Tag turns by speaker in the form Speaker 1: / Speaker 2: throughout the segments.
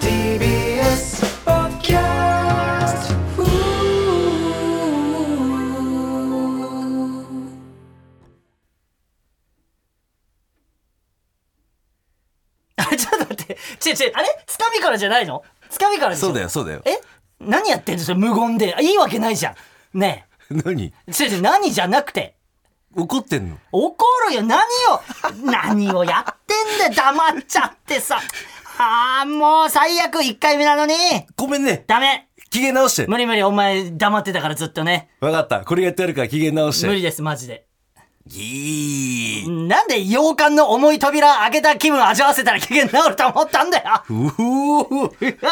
Speaker 1: TBS ポッドキャストうー
Speaker 2: あ れちょっと待って。ちょちょ、あれつかみからじゃないのつかみからでしょ
Speaker 3: そうだよそうだよ
Speaker 2: え何やってんのそれ無言で。あいいわけないじゃん。ね
Speaker 3: 何
Speaker 2: え。ちょちょ、何じゃなくて。
Speaker 3: 怒ってんの
Speaker 2: 怒るよ何を何をやってんだよ黙っちゃってさ。ああ、もう最悪1回目なのに。
Speaker 3: ごめんね
Speaker 2: ダメ。
Speaker 3: 機嫌直して
Speaker 2: 無理無理、お前黙ってたからずっとね。
Speaker 3: 分かったこれやってやるから機嫌直して
Speaker 2: 無理です、マジで。
Speaker 3: いい
Speaker 2: なんで洋館の重い扉開けた気分味わわせたら機嫌治ると思ったんだよ。
Speaker 3: うおー
Speaker 2: というこ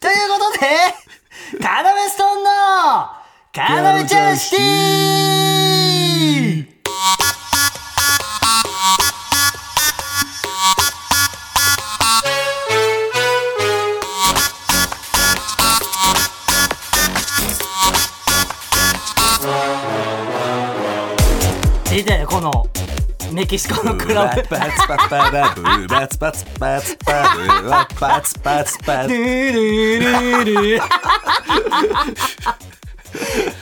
Speaker 2: とで、 カナメストーンの、カナメチャン シティ出たよこのメキシコのクラブ
Speaker 3: パツパパラブーパツパツパツパブラパツパツパツ
Speaker 2: ルルルル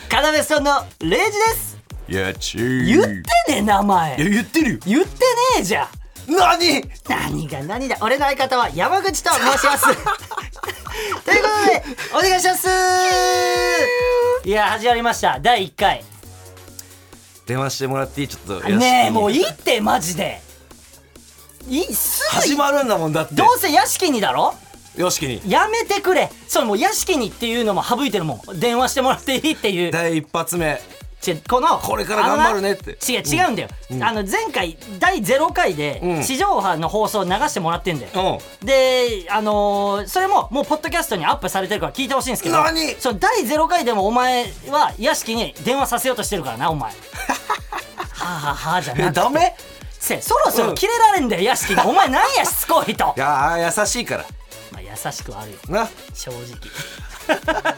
Speaker 2: カナメストーンのレイジです
Speaker 3: やっちゅ
Speaker 2: 言ってね名前
Speaker 3: いや言ってるよ
Speaker 2: 言ってねえじゃん
Speaker 3: 何
Speaker 2: 何が何だ俺の相方は山口と申 しますということでお願いしますいや始まりました第1回
Speaker 3: 電話してもらっていいちょっと
Speaker 2: ねえもう
Speaker 3: い
Speaker 2: いいってマジでいいすぐ
Speaker 3: 始まるんだもんだって
Speaker 2: どうせ屋敷にだろ
Speaker 3: よしきに
Speaker 2: やめてくれそれもう屋敷にっていうのも省いてるもん電話してもらっていいっていう
Speaker 3: 第一発目
Speaker 2: 違うこの
Speaker 3: これから頑張るねって
Speaker 2: あのな違う違うんだよ、
Speaker 3: うん
Speaker 2: あの前回第0回
Speaker 3: う
Speaker 2: で
Speaker 3: ん
Speaker 2: 地上波の放送流してもらってんだよ、
Speaker 3: うん
Speaker 2: で、あのーそれももうポッドキャストにアップされてるから聞いてほしいんですけど
Speaker 3: 何
Speaker 2: その第0回でもお前は屋敷に電話させようとしてるからなお 前はあはあはあじゃな
Speaker 3: え
Speaker 2: くて
Speaker 3: ダメ
Speaker 2: せそろそうろ
Speaker 3: ん
Speaker 2: キレられんだよ、屋敷にお前なんやしつこいと
Speaker 3: いやー優しいから
Speaker 2: まあ優しくはあるよ
Speaker 3: な
Speaker 2: 正直 だか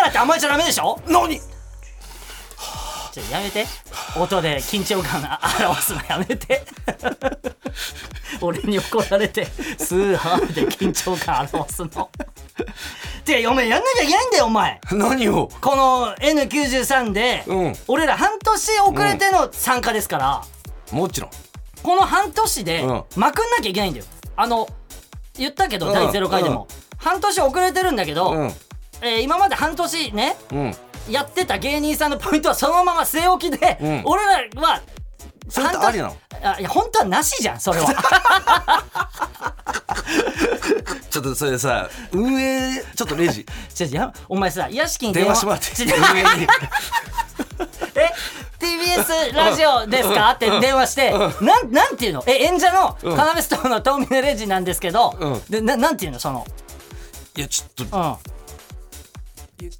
Speaker 2: らって甘えちゃダメでしょ
Speaker 3: 何
Speaker 2: ちょやめて音で緊張感あ表すのやめて俺に怒られてスーハーで緊張感表すのてかお前やんなきゃいけないんだよお前
Speaker 3: 何を
Speaker 2: この N93 で、
Speaker 3: うん
Speaker 2: 俺ら半年遅れての参加ですから、
Speaker 3: もちろん
Speaker 2: この半年で
Speaker 3: うん
Speaker 2: まくんなきゃいけないんだよあの言ったけど、
Speaker 3: うん
Speaker 2: 第0回でも、半年遅れてるんだけど、
Speaker 3: うん
Speaker 2: えー今まで半年ね
Speaker 3: うん
Speaker 2: やってた芸人さんのポイントはそのまま据え置きで、
Speaker 3: うん
Speaker 2: 俺らは
Speaker 3: それってありなの
Speaker 2: あいや本当はなしじゃんそれ は
Speaker 3: ちょっとそれさ運営ちょっと レジ
Speaker 2: ちょっとやお前さ屋敷に
Speaker 3: 電話してもらって
Speaker 2: ち
Speaker 3: い
Speaker 2: ょ
Speaker 3: い 運営に
Speaker 2: え TBS ラジオですかって電話して、なん、なんていうのえ、演者の、
Speaker 3: うん
Speaker 2: カナベストーンの遠峰レジなんですけど、
Speaker 3: うん
Speaker 2: で、な、なんていうのその、
Speaker 3: いやちょっと
Speaker 2: うん。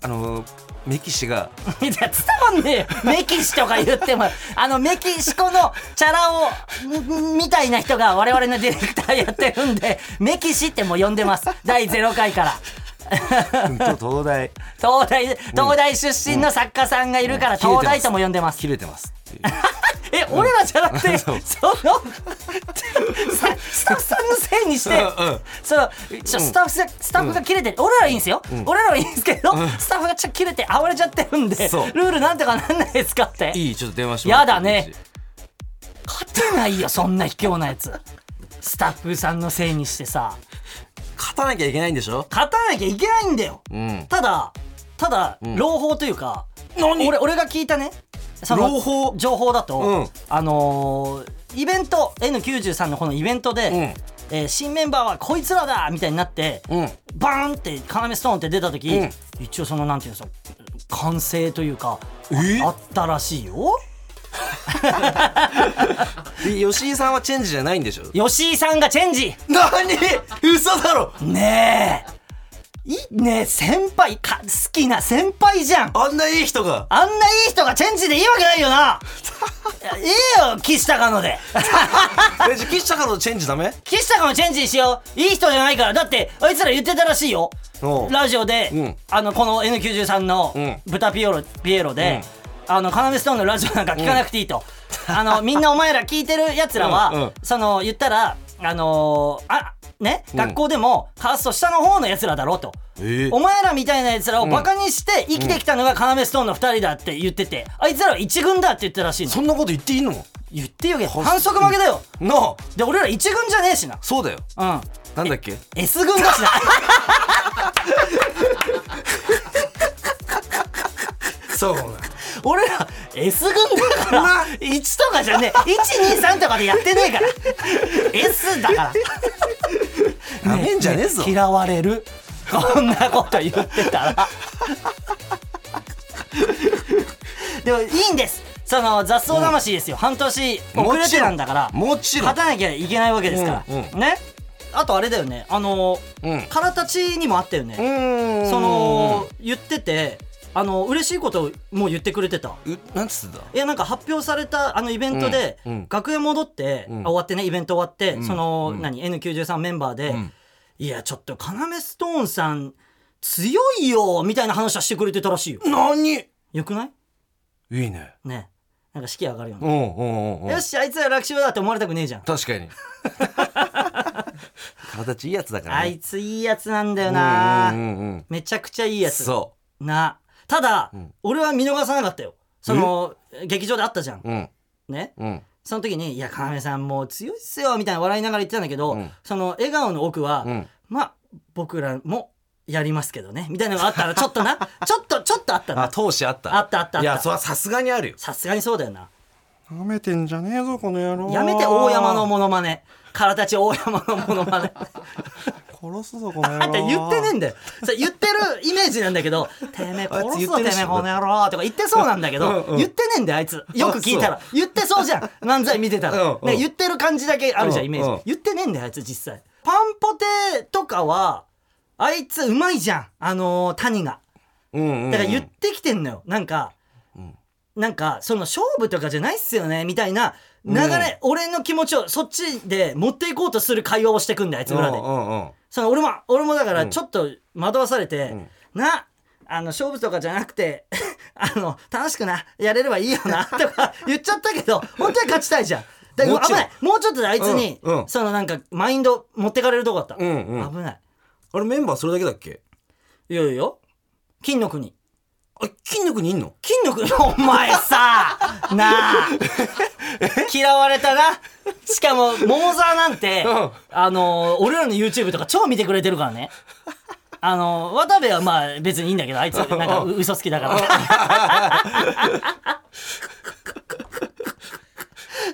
Speaker 3: あのーメキシが
Speaker 2: いや、伝わんねえよ。メキシとか言っても、あの、メキシコのチャラ男みたいな人が我々のディレクターやってるんで、メキシってもう呼んでます。第0回から。
Speaker 3: うんと東大
Speaker 2: 東大、東大出身の作家さんがいるから、
Speaker 3: 切れてま
Speaker 2: 東
Speaker 3: す
Speaker 2: 大とも呼んでます。
Speaker 3: 切れてますっていう
Speaker 2: え、俺らじゃなくて、そ
Speaker 3: そう
Speaker 2: の、さスタッフさんのせいにして、
Speaker 3: うんうん
Speaker 2: その、ちょスタッフさ、スタッフが切れて、俺らはいいんですよ。俺らはいいんですけど、スタッフがちょっと切れて、暴れちゃってるんで、ル
Speaker 3: そう
Speaker 2: ールなんとかなんないですかって。
Speaker 3: いいちょっと電話してもらっていい
Speaker 2: やだね勝てないよ、そんな卑怯なやつ。スタッフさんのせいにしてさ、
Speaker 3: 勝たなきゃいけないんでしょ
Speaker 2: 勝たなきゃいけないんだよ。
Speaker 3: うん
Speaker 2: ただ、ただ、朗報というか、
Speaker 3: 何
Speaker 2: 俺俺が聞いたねその
Speaker 3: 朗報
Speaker 2: 情報だと、
Speaker 3: うん
Speaker 2: あのーイベント N93 のこのイベントで、
Speaker 3: うん
Speaker 2: えー新メンバーはこいつらだみたいになって、
Speaker 3: うん
Speaker 2: バーンって要ストーンって出た時、
Speaker 3: うん
Speaker 2: 一応そのなんていうんですか完成というか
Speaker 3: え
Speaker 2: あったらしいよ
Speaker 3: で吉井さんはチェンジじゃないんでしょ
Speaker 2: 吉井さんがチェンジ
Speaker 3: 何嘘だろ
Speaker 2: ねえいいねえ先輩か好きな先輩じゃん
Speaker 3: あんないい人が
Speaker 2: あんないい人がチェンジでいいわけないよ ないやいいよ岸高野で
Speaker 3: えじゃあ岸高のチェンジダメ
Speaker 2: 岸高もチェンジにしよういい人じゃないからだってあいつら言ってたらしいよ
Speaker 3: おう
Speaker 2: ラジオで、
Speaker 3: うん
Speaker 2: あのこの N93 の
Speaker 3: うん
Speaker 2: 豚ピエロ,、ピエロで、あのカナメストーンのラジオなんか聞かなくていいと、あのみんなお前ら聞いてるやつらは、
Speaker 3: うんうん
Speaker 2: その言ったらあのーあね
Speaker 3: ん
Speaker 2: 学校でもカースト下の方のやつらだろうと。
Speaker 3: え
Speaker 2: お前らみたいなやつらをバカにして生きてきたのが要ストーンの2人だって言っててあいつらは一軍だって言ってたらしいの
Speaker 3: そんなこと言っていいのな
Speaker 2: 言ってよけ反則負けだよ
Speaker 3: あ
Speaker 2: で俺ら一軍じゃねえしな
Speaker 3: そうだよ
Speaker 2: うん
Speaker 3: なんだっけ
Speaker 2: S 軍だし な
Speaker 3: そうな
Speaker 2: 俺ら S 軍だから1とかじゃねえ123とかでやってねえから S だから
Speaker 3: なめんじゃねえ ぞ
Speaker 2: 嫌われるこんなこと言ってた らでもいいんですその雑草魂ですよ、半年遅れてなんだから
Speaker 3: もちろんも
Speaker 2: 勝たなきゃいけないわけですから、
Speaker 3: うんう
Speaker 2: ねあとあれだよねあの
Speaker 3: ちろんうんう
Speaker 2: 空たちにもあったよね、
Speaker 3: ーん
Speaker 2: その言っててあの嬉しいことをもう言ってくれてた
Speaker 3: うなんつってた
Speaker 2: いやなんか発表されたあのイベントで、
Speaker 3: うんうん
Speaker 2: 学園戻って、
Speaker 3: うん
Speaker 2: あ終わってねイベント終わって、
Speaker 3: ん
Speaker 2: その、
Speaker 3: うん
Speaker 2: 何 N93 メンバーで、
Speaker 3: うん
Speaker 2: いやちょっと要ストーンさん強いよみたいな話はしてくれてたらしいよ
Speaker 3: 何い
Speaker 2: よくない
Speaker 3: いね
Speaker 2: ねなんか士気上がるよ
Speaker 3: う
Speaker 2: ね、
Speaker 3: んうんうんうん
Speaker 2: よしあいつら楽勝だって思われたくねえじゃん
Speaker 3: 確か に形いいやつだから
Speaker 2: あ
Speaker 3: ね
Speaker 2: いついいやつなんだよな、
Speaker 3: うんうんうん
Speaker 2: めちゃくちゃいいやつ
Speaker 3: そ
Speaker 2: なただ、
Speaker 3: うん
Speaker 2: 俺は見逃さなかったよその劇場であったじゃん
Speaker 3: ううん
Speaker 2: ね
Speaker 3: うん
Speaker 2: その時に「いや要さんもう強いっすよ」みたいな笑いながら言ってたんだけど、
Speaker 3: うん
Speaker 2: その笑顔の奥は、
Speaker 3: うん
Speaker 2: まあ僕らもやりますけどねみたいなのがあった らちょっとなちょっとちょっとあった
Speaker 3: あ
Speaker 2: な
Speaker 3: 闘志あった
Speaker 2: あったあったあった
Speaker 3: いやそれはさすがにあるよ
Speaker 2: さすがにそうだよな
Speaker 3: やめてんじゃねえぞこの野郎
Speaker 2: やめて大山のモノマネ空立ち大山のモノマネ
Speaker 3: 殺すぞこの野郎
Speaker 2: あんた言ってねえんだよそれ言ってるイメージなんだけど「てめえ
Speaker 3: あい
Speaker 2: 殺
Speaker 3: つ
Speaker 2: す
Speaker 3: 言
Speaker 2: ぞ
Speaker 3: っ
Speaker 2: め
Speaker 3: ててる
Speaker 2: え
Speaker 3: し
Speaker 2: この野郎」とか言ってそうなんだけど、
Speaker 3: うんうん
Speaker 2: 言ってねえんだよあいつよく聞いたら言ってそうじゃん漫才見てたら、
Speaker 3: うんうん
Speaker 2: ね言ってる感じだけあるじゃんイメージ、
Speaker 3: うんうん
Speaker 2: 言ってねえんだよあいつ実際パンポテとかはあいつうまいじゃんあのー谷が
Speaker 3: うんうん
Speaker 2: だから言ってきてんのよなんか、なんかその勝負とかじゃないっすよねみたいな流れ、俺の気持ちをそっちで持っていこうとする会話をしてくんだよあいつ裏で、
Speaker 3: うんうんうん
Speaker 2: その俺も俺もだから
Speaker 3: うん
Speaker 2: ちょっと惑わされて、なあの勝負とかじゃなくて あの楽しくなやれればいいよ なとか言っちゃったけど本当は勝ちたいじゃん。だから
Speaker 3: もち
Speaker 2: 危
Speaker 3: ろん
Speaker 2: ないもうちょっとであいつに、
Speaker 3: うんうん
Speaker 2: そのなんかマインド持ってかれるとこだった、
Speaker 3: うんうん
Speaker 2: 危ない
Speaker 3: あれメンバーそれだけだっけ
Speaker 2: いやいやいや金の国
Speaker 3: あ筋肉にいんの
Speaker 2: 金の国 お前さなあ 嫌われたなしかも桃沢なんて、
Speaker 3: うん
Speaker 2: あの俺らの YouTube とか超見てくれてるからねあの渡部はまあ別にいいんだけどあいつなんかう嘘つきだから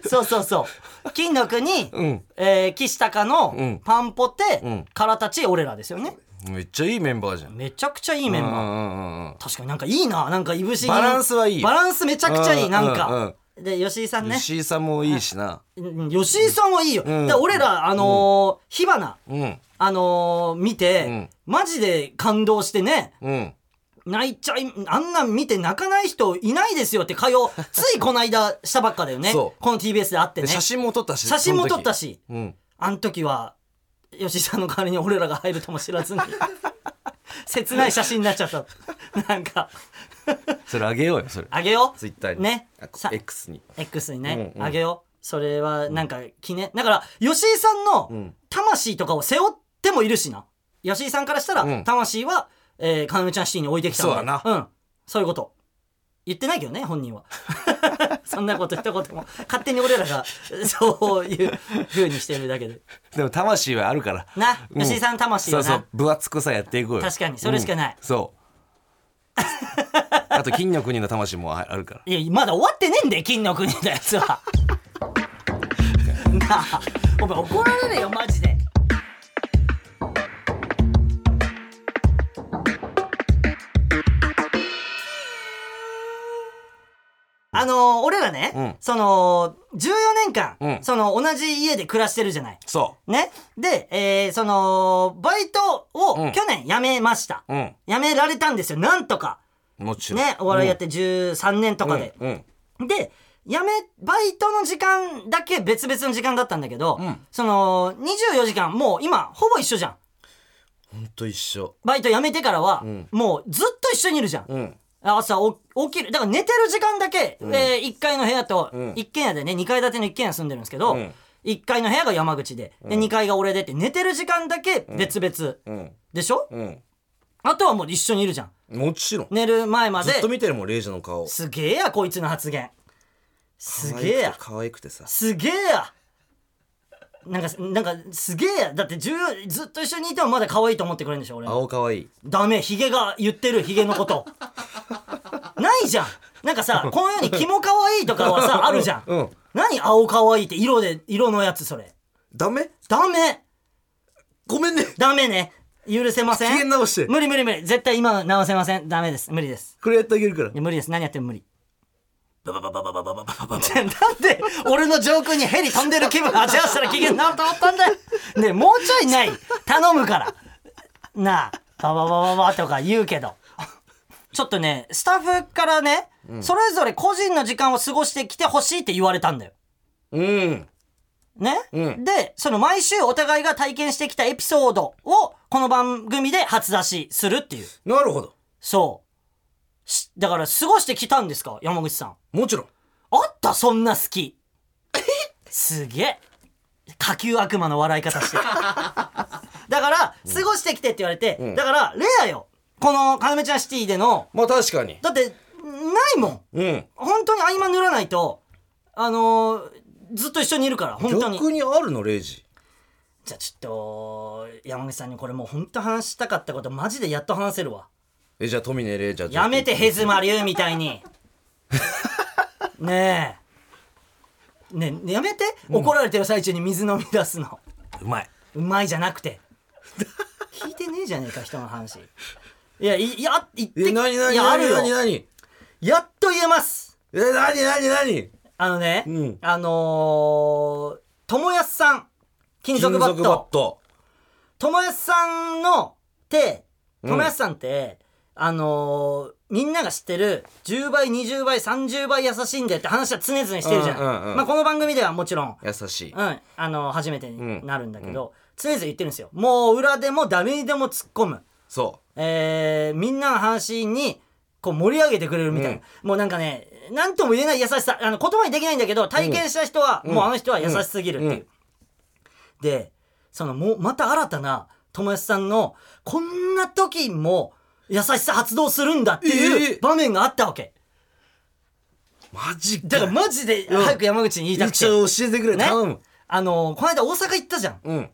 Speaker 2: そうそうそう金の国、
Speaker 3: うん
Speaker 2: えー岸高
Speaker 3: うん
Speaker 2: のパンポテ、
Speaker 3: うん
Speaker 2: からたち俺らですよね
Speaker 3: めっちゃいいメンバーじゃん
Speaker 2: めちゃくちゃいいメンバー、
Speaker 3: うんうんうんうん
Speaker 2: 確かになんかいいななんかいぶし銀
Speaker 3: バランスはいい
Speaker 2: バランスめちゃくちゃいいなん
Speaker 3: うんうん
Speaker 2: かで吉井さんね
Speaker 3: 石井さんもいいしな
Speaker 2: うん吉井さんはいいよ、
Speaker 3: ん
Speaker 2: で俺らあのー火花
Speaker 3: うん
Speaker 2: あのー見て、
Speaker 3: うん
Speaker 2: マジで感動してね
Speaker 3: うん
Speaker 2: 泣いちゃいあんなん見て泣かない人いないですよって会 をついこの間したばっかだよね
Speaker 3: そ
Speaker 2: こ
Speaker 3: う
Speaker 2: の TBS で会って
Speaker 3: で
Speaker 2: ね
Speaker 3: 写真も撮ったし
Speaker 2: 写真も撮った
Speaker 3: し
Speaker 2: し
Speaker 3: うん
Speaker 2: あの時は吉井さんの代わりに俺らが入るとも知ら ずに切ない写真になっちゃったなんか
Speaker 3: それあげようよそれ
Speaker 2: あげよう
Speaker 3: ツイッターに
Speaker 2: ね
Speaker 3: あ
Speaker 2: さ
Speaker 3: X に
Speaker 2: X にね、
Speaker 3: うんうん
Speaker 2: あげようそれはなんか記念、だから吉井さん
Speaker 3: う
Speaker 2: の
Speaker 3: ん
Speaker 2: 魂とかを背負ってもいるしな吉井さんからしたら、
Speaker 3: うん
Speaker 2: 魂は、えー、かなめちゃんシティに置いてきたん
Speaker 3: そうだ
Speaker 2: うんそういうこと言ってないけどね本人は そんなこと一言も勝手に俺らがそういう風にしてるだけで
Speaker 3: でも魂はあるから
Speaker 2: な、
Speaker 3: うん
Speaker 2: 吉井さん魂
Speaker 3: そ
Speaker 2: は
Speaker 3: う
Speaker 2: な
Speaker 3: そう分厚くさやっていこうよ
Speaker 2: 確かにそれしかない
Speaker 3: うんそうあと金の国の魂もあるから
Speaker 2: いやまだ終わってねえんだよ金の国のやつ はなあお前怒られるよマジで。あのー俺らね、
Speaker 3: うん
Speaker 2: その14年間、
Speaker 3: うん
Speaker 2: その同じ家で暮らしてるじゃない。
Speaker 3: そ
Speaker 2: ね、で、えーそのバイト
Speaker 3: う
Speaker 2: を
Speaker 3: ん
Speaker 2: 去年辞めました、
Speaker 3: ううん
Speaker 2: 辞められたんですよなんとか
Speaker 3: もちろん
Speaker 2: ねお笑いやって13年と
Speaker 3: と
Speaker 2: かで、
Speaker 3: うんうん
Speaker 2: で、やめ、バイトの時間だけ別々の時間だったんだけど、
Speaker 3: うん
Speaker 2: その、24時間、もう今、ほぼ一緒じゃん。
Speaker 3: ほんと一緒
Speaker 2: バイト辞めてからは、
Speaker 3: ん
Speaker 2: もうずっと一緒にいるじゃん。
Speaker 3: うん
Speaker 2: 朝お起きる。だから寝てる時間だけ、え1階の部屋と
Speaker 3: ん
Speaker 2: 1軒家でね、2階建ての1軒家住んでるんですけど、
Speaker 3: うん
Speaker 2: 1階の部屋が山口でで2階が俺でって寝てる時間だけ別々、
Speaker 3: うん
Speaker 2: でしょ、
Speaker 3: うん
Speaker 2: あとはもう一緒にいるじゃん
Speaker 3: もちろん
Speaker 2: 寝る前ま
Speaker 3: ず
Speaker 2: で
Speaker 3: っと見てるもんレイジの顔
Speaker 2: すげえやこいつの発言すげえや
Speaker 3: 可愛くてさ
Speaker 2: すげえやなんかなんかすげえやだって10ずっと一緒にいてもまだ可愛いと思ってくれるんでしょ俺の
Speaker 3: 青可愛い
Speaker 2: ダメヒゲが言ってるヒゲのこと ないじゃんなんかさこのようにキモ可愛いとかはさあるじゃん、
Speaker 3: うん
Speaker 2: 何青可愛いって色で色のやつそれ
Speaker 3: ダメ
Speaker 2: ダメ
Speaker 3: ごめんね
Speaker 2: ダメね許せません
Speaker 3: 機嫌直して
Speaker 2: 無理無理無理絶対今直せませんダメです無理です
Speaker 3: これやってあげるから
Speaker 2: いや無理です何やっても無理
Speaker 3: バババババババババ ババ
Speaker 2: なんで俺の上空にヘリ飛んでる気分味わわせたら機嫌直ると思ったんだよねえもうちょいない頼むからなあバババババとか言うけどちょっとねスタッフからね、それぞれ個人の時間を過ごしてきてほしいって言われたんだよ
Speaker 3: うん
Speaker 2: ね、
Speaker 3: うん
Speaker 2: でその毎週お互いが体験してきたエピソードをこの番組で初出しするっていう
Speaker 3: なるほど
Speaker 2: そうしだから過ごしてきたんですか山口さんあ
Speaker 3: もちろん
Speaker 2: ったそんな好きすげえ下級悪魔の笑い方してるだから過ごしてきてって言われて、
Speaker 3: ん
Speaker 2: だからレアよこの「カナメちゃんシティ」での
Speaker 3: まあ確かに
Speaker 2: だってないもん
Speaker 3: うん
Speaker 2: 本当に合間塗らないとあのーずっと一緒にいるから本当に
Speaker 3: 逆にあるのレイジ
Speaker 2: じゃあちょっと山口さんにこれもう本当話したかったことマジでやっと話せるわ
Speaker 3: えじゃあ富根レイジャー
Speaker 2: やめてヘズマリュウみたいにねえねえやめて怒られてる最中に水飲み出すの
Speaker 3: うまいう
Speaker 2: まいじゃなくて聞いてねえじゃねえか人の話いやいいや言って
Speaker 3: え何何
Speaker 2: いやある
Speaker 3: 何
Speaker 2: よ
Speaker 3: 何何
Speaker 2: やっと言えます
Speaker 3: え何何何
Speaker 2: あのね、
Speaker 3: うん
Speaker 2: あのー、友安さん金属バット
Speaker 3: ト
Speaker 2: 友安さんの手
Speaker 3: うん
Speaker 2: 友安さんって、あのーみんなが知ってる10倍20倍30倍優しいんだよって話は常々してるじゃない、
Speaker 3: うんうんうん
Speaker 2: まあ、この番組ではもちろん、
Speaker 3: 優しい
Speaker 2: うんあの初めてになるんだけど、常々言ってるんですよもう裏でも誰にでも突っ込む、
Speaker 3: そ
Speaker 2: えーみんなの話にこう盛り上げてくれるみたいな、もうなんかね何とも言えない優しさあの言葉にできないんだけど体験した人は、もうあの人は優しすぎるっていう、
Speaker 3: うんうん
Speaker 2: でそのもうまた新たな友達さんのこんな時も優しさ発動するんだってい
Speaker 3: え
Speaker 2: う
Speaker 3: ー
Speaker 2: 場面があったわけ、
Speaker 3: うマジか
Speaker 2: だからマジで
Speaker 3: ん
Speaker 2: 早く山口に言いたく
Speaker 3: 一
Speaker 2: て、
Speaker 3: 応教えてくれ
Speaker 2: ね
Speaker 3: 頼む
Speaker 2: あのこの間大阪行ったじゃん
Speaker 3: うん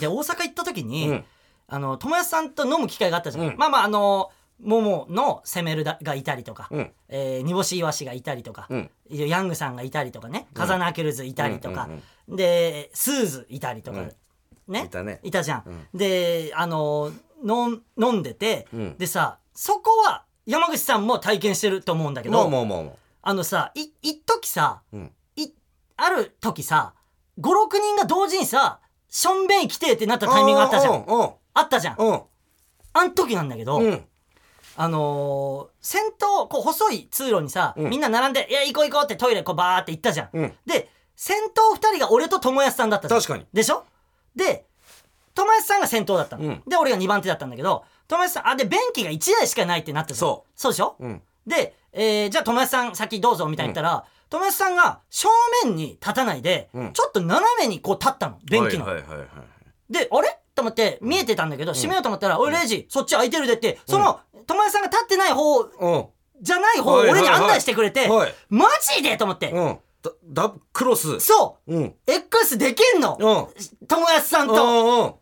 Speaker 2: で大阪行った時に、
Speaker 3: うん
Speaker 2: あの友達さんと飲む機会があったじゃん、
Speaker 3: うん
Speaker 2: まあまああのもものセメルだがいたりとか、
Speaker 3: うん
Speaker 2: えー煮干しイワシがいたりとか、
Speaker 3: うん
Speaker 2: ヤングさんがいたりとかね風間アケルズいたりとか、
Speaker 3: うんうんうん
Speaker 2: でスーズいたりとか、ね
Speaker 3: いたね
Speaker 2: じゃん、であのの飲んでて、
Speaker 3: ん
Speaker 2: でさそこは山口さんも体験してると思うんだけ
Speaker 3: ま
Speaker 2: ど、
Speaker 3: あまあまあまあ
Speaker 2: あのさい一時さ、
Speaker 3: うん
Speaker 2: いある時さ56人が同時にさしょんべん来てってなったタイミングあったじゃん
Speaker 3: う
Speaker 2: あったじゃん
Speaker 3: んうん
Speaker 2: あん時なんだけど、
Speaker 3: うん
Speaker 2: あのー先頭こう細い通路にさ、
Speaker 3: うん
Speaker 2: みんな並んで「いや行こう行こう」ってトイレこうバーって行ったじゃん、
Speaker 3: うん
Speaker 2: で先頭2人が俺と友康さんだったじゃん
Speaker 3: 確かに
Speaker 2: でしょで友康さんが先頭だったの、
Speaker 3: うん
Speaker 2: で俺が2番手だったんだけど友康さんあで便器が1台しかないってなってた
Speaker 3: そう
Speaker 2: そうでしょ、
Speaker 3: うん
Speaker 2: で、えーじゃあ友達さん先どうぞみたいに言ったら、友達さんが正面に立たないで、
Speaker 3: うん
Speaker 2: ちょっと斜めにこう立ったの便器の、
Speaker 3: はいはいはいはい
Speaker 2: であれと思って見えてたんだけど、閉めようと思ったら「おいレイジそっち空いてるで」ってその、友達さんが立ってない方
Speaker 3: うん
Speaker 2: じゃない方を
Speaker 3: はいはいは
Speaker 2: 俺
Speaker 3: い
Speaker 2: に案内してくれて、
Speaker 3: はい
Speaker 2: マジでと思って、
Speaker 3: うんだだクロス
Speaker 2: そ
Speaker 3: うん
Speaker 2: う X できんの、
Speaker 3: うんうん
Speaker 2: 友達さん
Speaker 3: う
Speaker 2: と。
Speaker 3: ん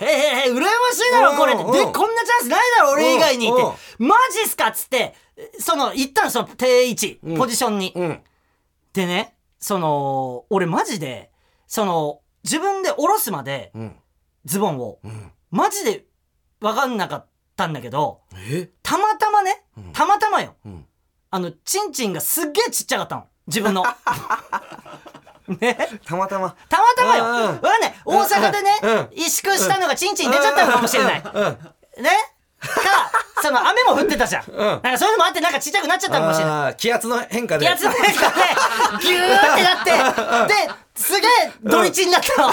Speaker 2: へえへえへえ、羨ましいだろ、これって。
Speaker 3: うんう
Speaker 2: で、
Speaker 3: ん
Speaker 2: こんなチャンスないだろ、俺以外にって
Speaker 3: うんうん。
Speaker 2: マジっすかっつって、その、行ったの、その、定位置、
Speaker 3: うん
Speaker 2: ポジションに。
Speaker 3: うん
Speaker 2: でね、その、俺マジで、その、自分で下ろすまで、
Speaker 3: うん
Speaker 2: ズボンを、
Speaker 3: うん
Speaker 2: マジで分かんなかったんだけど、
Speaker 3: え
Speaker 2: たまたまね、たまたまよ、
Speaker 3: うん
Speaker 2: あの、チンチンがすっげえちっちゃかったの。自 分の。ね。
Speaker 3: たまたま
Speaker 2: たまたまよ。
Speaker 3: うん
Speaker 2: わかんない。大阪でね
Speaker 3: うんうん、
Speaker 2: 萎縮したのがチンチン出ちゃったのかもしれない。ねか、その雨も降ってたじゃん。なんかそういうのもあってなんかちっちゃくなっちゃったのかもしれない。
Speaker 3: あー気圧の変化で
Speaker 2: やつなんかね、ギューってなって、で、すげえドリチンになったの。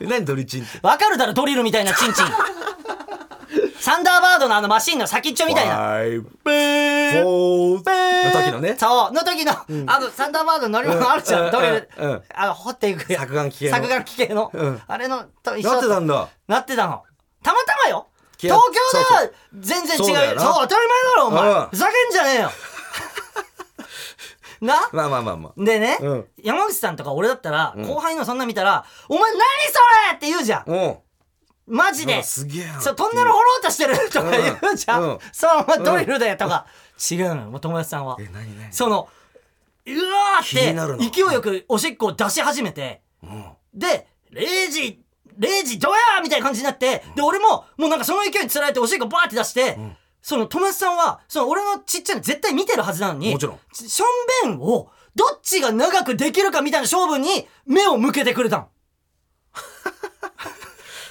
Speaker 3: え 何ドリチンって
Speaker 2: わかるだろ、ドリルみたいなチンチン。サンダーバードのあのマシンの先っちょみたいな。
Speaker 3: 5 4 3 2 1
Speaker 2: ー
Speaker 3: の時のね
Speaker 2: そう、の時の、あの、サンダーバードの乗り物あるじゃ
Speaker 3: うん
Speaker 2: ん。ドリル
Speaker 3: うんうん、
Speaker 2: あの、掘っていくやつ。
Speaker 3: 削岩機系の
Speaker 2: 削岩機系の
Speaker 3: うん。
Speaker 2: あれのと一緒
Speaker 3: なってたんだ
Speaker 2: なってたの。たまたまよ
Speaker 3: 気
Speaker 2: 東
Speaker 3: が
Speaker 2: 京では全然違う
Speaker 3: そう
Speaker 2: よ。
Speaker 3: だ
Speaker 2: そ
Speaker 3: よ
Speaker 2: う、
Speaker 3: な
Speaker 2: 当たり前だろ、お
Speaker 3: うん
Speaker 2: 前。ふざけんじゃねえ よ。な
Speaker 3: まあまあまあま
Speaker 2: でね
Speaker 3: うん、
Speaker 2: 山口さんとか俺だったら、
Speaker 3: ん
Speaker 2: 後輩のそんな見たら、お前何それって言うじゃん
Speaker 3: あ。お
Speaker 2: マジ
Speaker 3: う
Speaker 2: で
Speaker 3: ん。すげえな
Speaker 2: そうトンネル掘ろうとしてるとか言うじゃん、
Speaker 3: うんうん
Speaker 2: そうお前ドリルでとか、違うのよもう友達さんは
Speaker 3: え何何
Speaker 2: そのうわ
Speaker 3: 気にな
Speaker 2: ー
Speaker 3: る
Speaker 2: って
Speaker 3: な
Speaker 2: 勢いよくおしっこを出し始めて
Speaker 3: うん
Speaker 2: で0時0時どやーみたいな感じになってで俺ももうなんかその勢いにつられておしっこバーって出して、
Speaker 3: ん
Speaker 2: その友達さんはその俺のちっちゃいの絶対見てるはずなのに
Speaker 3: もちろん
Speaker 2: しょんべんをどっちが長くできるかみたいな勝負に目を向けてくれたの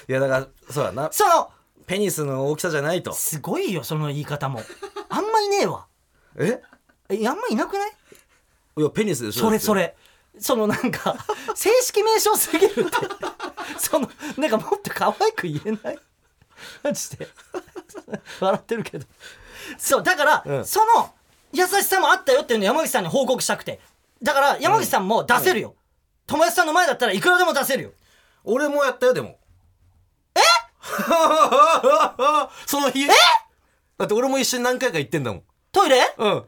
Speaker 3: いやだからそうだな
Speaker 2: その
Speaker 3: ペニスの大きさじゃないと
Speaker 2: すごいよその言い方もあんまいねえわ
Speaker 3: え
Speaker 2: えあんまいなくない
Speaker 3: いやペニスでしょ
Speaker 2: それそ
Speaker 3: れ
Speaker 2: れそのなん か正式名称すぎるってそのなんかもっと可愛く言えないマジで笑ってるけどそうだから、
Speaker 3: うん
Speaker 2: その優しさもあったよっていうのを山口さんに報告したくてだから山口さんも出せるよ、友達さんの前だったらいくらでも出せるよ
Speaker 3: 俺もやったよでもえ その日えだって俺も一緒に何回か行ってんだもん
Speaker 2: トイレえ
Speaker 3: うん
Speaker 2: え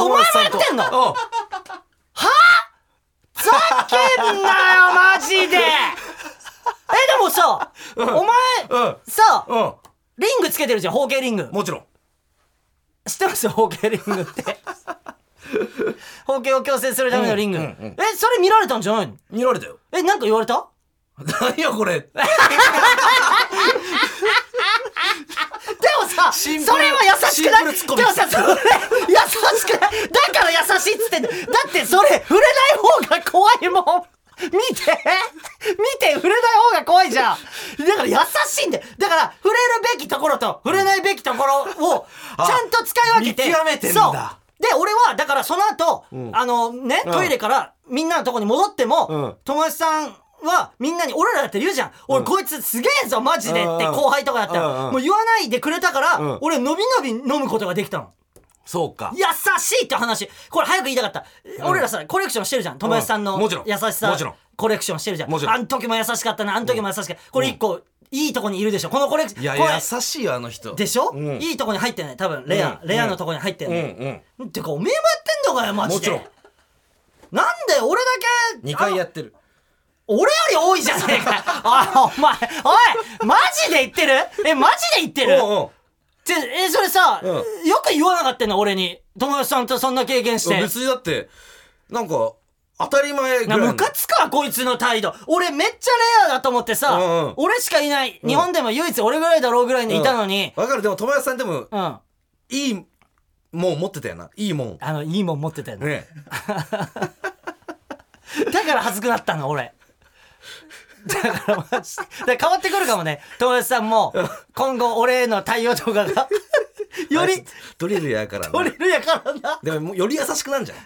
Speaker 2: お前もやってんの
Speaker 3: の
Speaker 2: ざけんなよマ ジでえでもさ、お前、
Speaker 3: うん
Speaker 2: さ
Speaker 3: うん
Speaker 2: リングつけてるじゃん、方形リング。
Speaker 3: もちろん
Speaker 2: 知ってます方形リングって。 方形を矯正するためのリング。
Speaker 3: うんうんうん
Speaker 2: え、それ見られたんじゃないの
Speaker 3: 見られたよ
Speaker 2: え、なんか言われた
Speaker 3: 何やこれ
Speaker 2: でもさ、そ
Speaker 3: シン
Speaker 2: れ
Speaker 3: プル
Speaker 2: は優しくない
Speaker 3: シンプルツッコミ
Speaker 2: でもさ、それ、優しくないだから優しいっつってんだだってそれ、触れない方が怖いもん見て見て触れない方が怖いじゃんだから優しいんだよだから、触れるべきところと、触れないべきところを、
Speaker 3: あ
Speaker 2: ちゃんと使い分けて。
Speaker 3: 見極めてんだ
Speaker 2: そうで、俺は、だからその後、あのね、
Speaker 3: うん
Speaker 2: トイレからみんなのとこに戻っても、
Speaker 3: うん
Speaker 2: 友達さんはみんなに、俺らだって言うじゃん。俺、こいつすげえぞ、マジでって
Speaker 3: うん
Speaker 2: 後輩とかだった
Speaker 3: うんう
Speaker 2: ら、
Speaker 3: ん
Speaker 2: もう言わないでくれたから、
Speaker 3: うん
Speaker 2: 俺、のびのび飲むことができたの。
Speaker 3: そうか
Speaker 2: 優しいって話。これ早く言いたかった。俺らさ、コレクションしてるじゃん。友達さんの
Speaker 3: うんもちろん
Speaker 2: 優しさ
Speaker 3: もちろん。
Speaker 2: コレクションしてるじゃん。
Speaker 3: もちろん
Speaker 2: あん時も優しかったな、あん時も優しかった。これ一個、いいとこにいるでしょ。このコレクション。
Speaker 3: いや
Speaker 2: これ
Speaker 3: 優しいよあの人
Speaker 2: でしょ、
Speaker 3: うん
Speaker 2: いいとこに入ってない。多分、レア、
Speaker 3: うん
Speaker 2: レアのとこに入って
Speaker 3: うんんう
Speaker 2: の、
Speaker 3: ん
Speaker 2: てか、おめえもやってんのかよ、マジで。
Speaker 3: もち
Speaker 2: なんで俺だけ、
Speaker 3: 2回や
Speaker 2: あ
Speaker 3: ってる
Speaker 2: 俺より多いじゃねえかよ。あ、お前、おい、マジで言ってるえ、マジで言ってる
Speaker 3: おうおう
Speaker 2: ちょえ、それさ、
Speaker 3: う
Speaker 2: よく言わなかったの、俺に。友達さんとそんな経験し
Speaker 3: いや
Speaker 2: て。
Speaker 3: 別にだってなんか当たり前ぐら
Speaker 2: ないムカつくわ、こいつの態度。俺めっちゃレアだと思ってさ、
Speaker 3: うんうん
Speaker 2: 俺しかいない、日本でも唯一俺ぐらいだろうぐらいにいたのに、
Speaker 3: わかるでも友達さんでも
Speaker 2: うん。
Speaker 3: いいもん持ってたよないいもん
Speaker 2: あの、いいもん持ってたよね。
Speaker 3: ね
Speaker 2: だから恥ずくなったの、俺。だからマジで。だから変わってくるかもね。友達さんも、今後俺への対応とか が、よ
Speaker 3: あい
Speaker 2: り、
Speaker 3: つドリルやからな
Speaker 2: 取れるやからな。
Speaker 3: でももうより優しくなんじゃん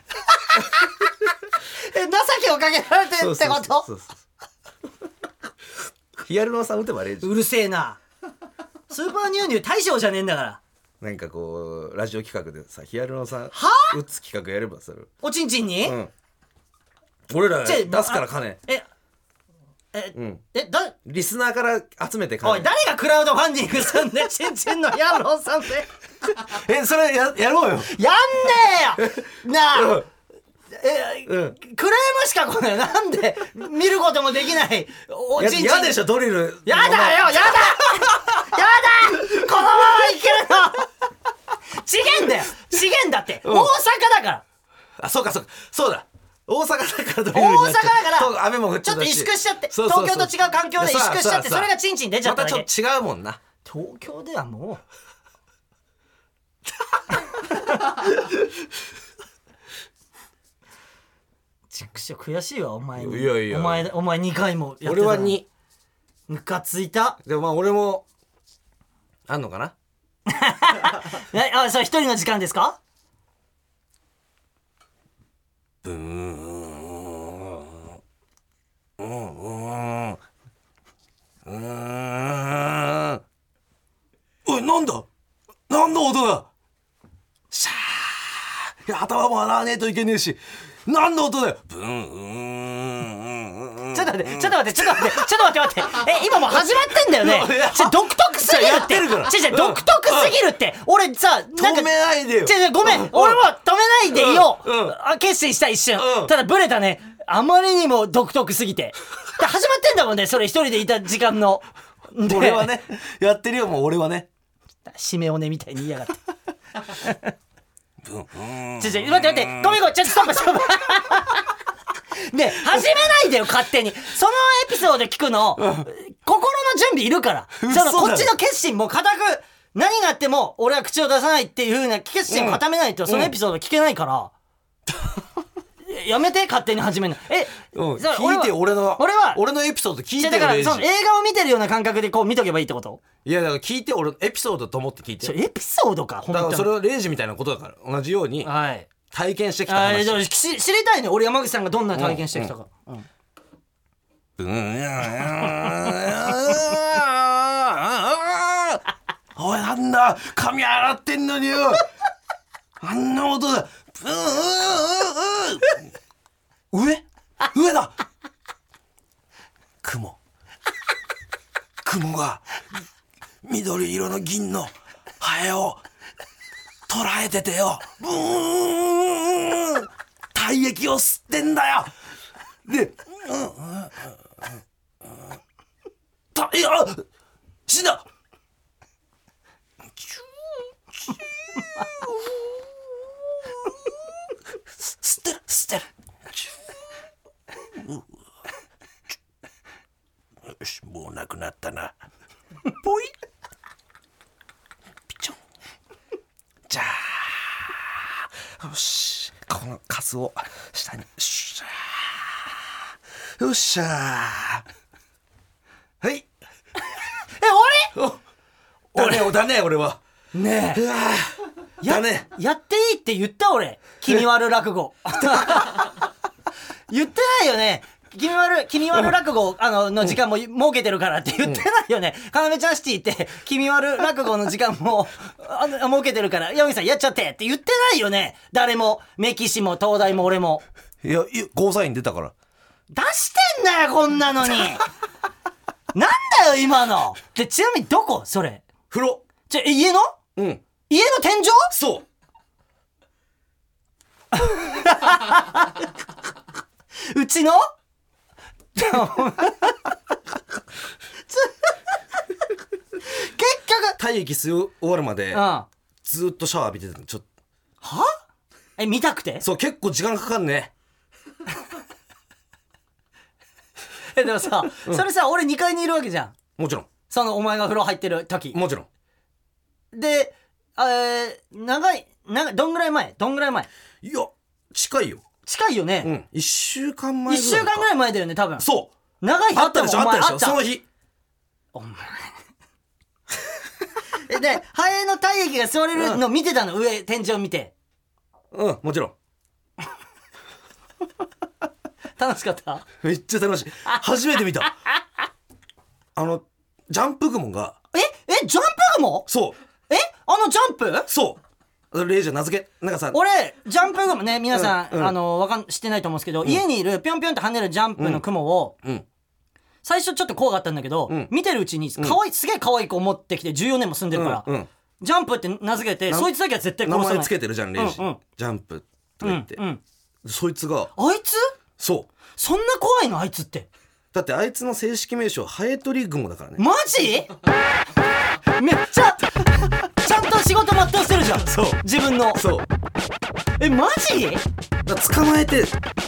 Speaker 2: え、情けをかけられてるってこと
Speaker 3: そうそうそうヒアルロン酸打てばあれじゃん
Speaker 2: うるせえな。スーパーニューニュー大将じゃねえんだから。
Speaker 3: なんかこうラジオ企画でさヒアルロン酸打つ企画やればそれ
Speaker 2: おちんちんに、
Speaker 3: うん俺ら
Speaker 2: ちょ
Speaker 3: 出すから金
Speaker 2: え、え、
Speaker 3: うん
Speaker 2: え、だ、
Speaker 3: リスナーから集めて
Speaker 2: おい、
Speaker 3: 金
Speaker 2: 誰がクラウドファンディングすん ねん、ちんちんの野郎さんで。
Speaker 3: えそれややろうよ
Speaker 2: やんねえよなあ、え、
Speaker 3: うん
Speaker 2: クレームしか来ない。なんで、見ることもできない、お
Speaker 3: や
Speaker 2: ちんちん。
Speaker 3: やでしょドリル
Speaker 2: やだよやだや だこのままいけるのちげんだよちげんだって、
Speaker 3: ん
Speaker 2: 大阪だから
Speaker 3: あそうかそうかそうだ大阪だからド
Speaker 2: 大
Speaker 3: リルに
Speaker 2: 阪
Speaker 3: な
Speaker 2: だ
Speaker 3: っち
Speaker 2: か
Speaker 3: ゃうそう
Speaker 2: ら
Speaker 3: 雨も降っち
Speaker 2: ち
Speaker 3: ゃ
Speaker 2: ょっと萎縮しちゃって
Speaker 3: そうそうそう
Speaker 2: 東京と違う環境で
Speaker 3: いや
Speaker 2: 萎縮しちゃって
Speaker 3: さあさあ
Speaker 2: それがチンチン出ちゃっただけ
Speaker 3: またちょっと違うもんな
Speaker 2: 東京ではもうちくしょ悔しいわお前に
Speaker 3: いやいや
Speaker 2: お前お前2回もやって
Speaker 3: 俺
Speaker 2: た
Speaker 3: は2
Speaker 2: ムカついた
Speaker 3: でもまあ俺もあんのかな
Speaker 2: えあそれ一人の時間ですか
Speaker 3: うんうんおいなんだなんの音だシャーわねえといけねえし何の音だよブンブンブン
Speaker 2: ちょっと待って、ちょっと待って、ちょっと待って、ちょっと待って、待って。え、今もう始まってんだよね
Speaker 3: いや。
Speaker 2: ちょ、独特すぎる
Speaker 3: いやや
Speaker 2: っ
Speaker 3: って
Speaker 2: て。
Speaker 3: るから
Speaker 2: ちょ、ちょ、
Speaker 3: うん
Speaker 2: 独特すぎるって。俺さ、なんか。
Speaker 3: 止めないでよ
Speaker 2: ちょ、ちょ、ごめん。
Speaker 3: うん
Speaker 2: 俺も止めないでよ
Speaker 3: うんうん。
Speaker 2: あ決心した一瞬
Speaker 3: う。ん
Speaker 2: ただ、ブレたね。あまりにも独特すぎて。で始まってんだもんね、それ一人でいた時間の。で
Speaker 3: 俺は。ねやってるよもう俺はね
Speaker 2: シメオネみたいに言いやがって。
Speaker 3: ブンブン
Speaker 2: ちょちょ、待って待って、ごめんごめん、ちょっとストップ ストップ。ねえ、始めないでよ、勝手に。そのエピソード聞くの、心の準備いるから。そ
Speaker 3: 嘘だ
Speaker 2: の、
Speaker 3: ろ
Speaker 2: こっちの決心も固く、何があっても、俺は口を出さないっていう風な決心を固めないと、そのエピソード聞けないから。ややめて、勝手に始めるの。え、
Speaker 3: うん
Speaker 2: それ
Speaker 3: 聞いてよ俺の
Speaker 2: 俺は、
Speaker 3: 俺のエピソード聞い
Speaker 2: い
Speaker 3: て
Speaker 2: や
Speaker 3: よ
Speaker 2: だから、
Speaker 3: レイジ
Speaker 2: その映画を見てるような感覚でこう見とけばいいってこと
Speaker 3: いやだから聞いて俺のエピソードと思って聞い
Speaker 2: ちょ
Speaker 3: て
Speaker 2: エピソードか、本
Speaker 3: だ
Speaker 2: 当
Speaker 3: か
Speaker 2: に。
Speaker 3: らそれはレイジみたいなことだから同じように
Speaker 2: はい。
Speaker 3: 体験してきた
Speaker 2: あー
Speaker 3: 話
Speaker 2: じゃあし知りたいね、俺山口さんがどんな体験してきたか。うん
Speaker 3: ブーンおいなんだ髪洗ってんのによあんな音だブーン上上だ雲雲が緑色の銀のハエを捉えててよブーン体液を吸ってんだよでたいや死んだ吸ってる吸ってるよしもうなくなったなぽいピチョンじゃあよしこのカスを下にシャーよっしゃーはい
Speaker 2: え、終わり
Speaker 3: だねだね俺は
Speaker 2: ね
Speaker 3: うわーだね
Speaker 2: えやっていいって言った俺気味悪落語 言ってないよね気味悪気味悪落語あのの時間も設けてるからって言ってないよね要、ちゃんシティって気味悪落語の時間もあの設けてるから山口さんやっちゃってって言ってないよね誰もメキシも東大も俺も
Speaker 3: いやいやゴーサイン出たから
Speaker 2: 出してんだよこん なのになんだよ今のでちなみにどこそれ
Speaker 3: 風呂
Speaker 2: ちょえ家の
Speaker 3: うん
Speaker 2: 家の天井
Speaker 3: そう
Speaker 2: うち のちょ結局、
Speaker 3: 体液吸い終わるまで
Speaker 2: うん。
Speaker 3: ずーっとシャワー浴びてたのちょっと
Speaker 2: え、見たくて
Speaker 3: そう結構時間かかんね
Speaker 2: え、でもさ、それさ、俺2階にいるわけじゃん。
Speaker 3: もちろん
Speaker 2: その、お前が風呂入ってる時。
Speaker 3: もちろん
Speaker 2: で、えー、長い、長い、どんぐらい前どんぐらい前
Speaker 3: いや近いよ
Speaker 2: 近いよ
Speaker 3: う
Speaker 2: ね。
Speaker 3: ん1週間
Speaker 2: 一1
Speaker 3: 前
Speaker 2: 週間ぐ
Speaker 3: い
Speaker 2: らい前だよね、多分。
Speaker 3: そう
Speaker 2: 長い日
Speaker 3: あったでしょ
Speaker 2: もん
Speaker 3: あ
Speaker 2: お
Speaker 3: った
Speaker 2: 前
Speaker 3: でしょその日
Speaker 2: お前。えで、ハエの体液が吸われるの見てたの、上、天井見て。
Speaker 3: うんもちろん
Speaker 2: 楽しかった
Speaker 3: めっちゃ楽しい初めて 見たあのジャンプ雲が
Speaker 2: ええ、ジャンプも
Speaker 3: そう
Speaker 2: えあのジャンプ
Speaker 3: そうレイジャー名付けなんかさ
Speaker 2: 俺ジャンプ雲ね皆さん、
Speaker 3: うんうん
Speaker 2: あのわかん知ってないと思うんですけど、家にいるぴょんぴょんって跳ねるジャンプの雲を、
Speaker 3: うん
Speaker 2: 最初ちょっと怖かったんだけど、
Speaker 3: ん
Speaker 2: 見てるうちに可愛いすげえ可愛い子を持ってきて14年も住んでるから、
Speaker 3: うんうん
Speaker 2: ジャンプって名付けて
Speaker 3: な
Speaker 2: そいつだけは絶対
Speaker 3: 名
Speaker 2: 殺さない
Speaker 3: 前つけてるじゃんレイジ、
Speaker 2: うんうん
Speaker 3: ジャンプとか言って、
Speaker 2: うんうん
Speaker 3: そいつが
Speaker 2: あいつ
Speaker 3: そう
Speaker 2: そんな怖いのあいつって
Speaker 3: だってあいつの正式名称ハエトリグモだからね
Speaker 2: マジめっちゃちゃんと仕事全うしてるじゃん
Speaker 3: そう
Speaker 2: 自分の
Speaker 3: そうだか
Speaker 2: えマジ
Speaker 3: ら捕まえて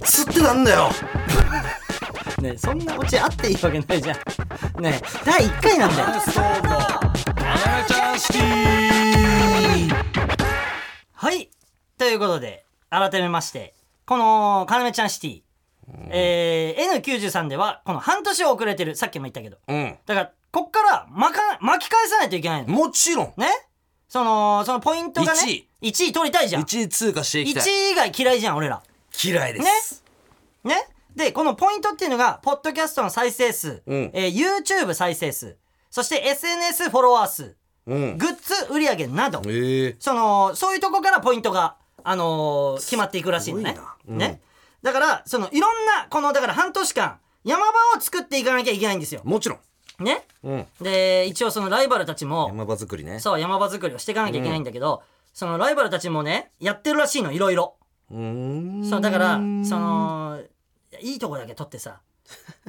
Speaker 3: 吸ってなんだよ
Speaker 2: ねえそんなオチあっていいわけないじゃんねえ第1回なんだよはい。ということで、改めまして、この、かなめちゃんシティ、えー、N93 では、この半年遅れてる、さっきも言ったけど。
Speaker 3: うん
Speaker 2: だから、こっから、まか、巻き返さないといけないの。
Speaker 3: もちろん
Speaker 2: ねその、そのポイントがね、
Speaker 3: 一位
Speaker 2: 1位取りたいじゃん。1
Speaker 3: 1位通過していきたい
Speaker 2: 位以外嫌いじゃん、俺ら。
Speaker 3: 嫌いです、
Speaker 2: ねで、このポイントっていうのが、ポッドキャストの再生数、
Speaker 3: うん
Speaker 2: えー YouTube 再生数、そして SNS フォロワー数、
Speaker 3: うん
Speaker 2: グッズ売り上げなど、
Speaker 3: ええ
Speaker 2: そのそういうとこからポイントがあのー決まっていくらしいのね
Speaker 3: すごいな
Speaker 2: ねだからそのいろんなこのだから半年間山場を作っていかなきゃいけないんですよ
Speaker 3: もちろん、
Speaker 2: ね
Speaker 3: うん、
Speaker 2: で一応そのライバルたちも
Speaker 3: 山場作りね
Speaker 2: そう山場作りをしていかなきゃいけないんだけど、そのライバルたちもねやってるらしいのいろいろ
Speaker 3: うーん
Speaker 2: そうだからそのいやいいとこだけ取って さ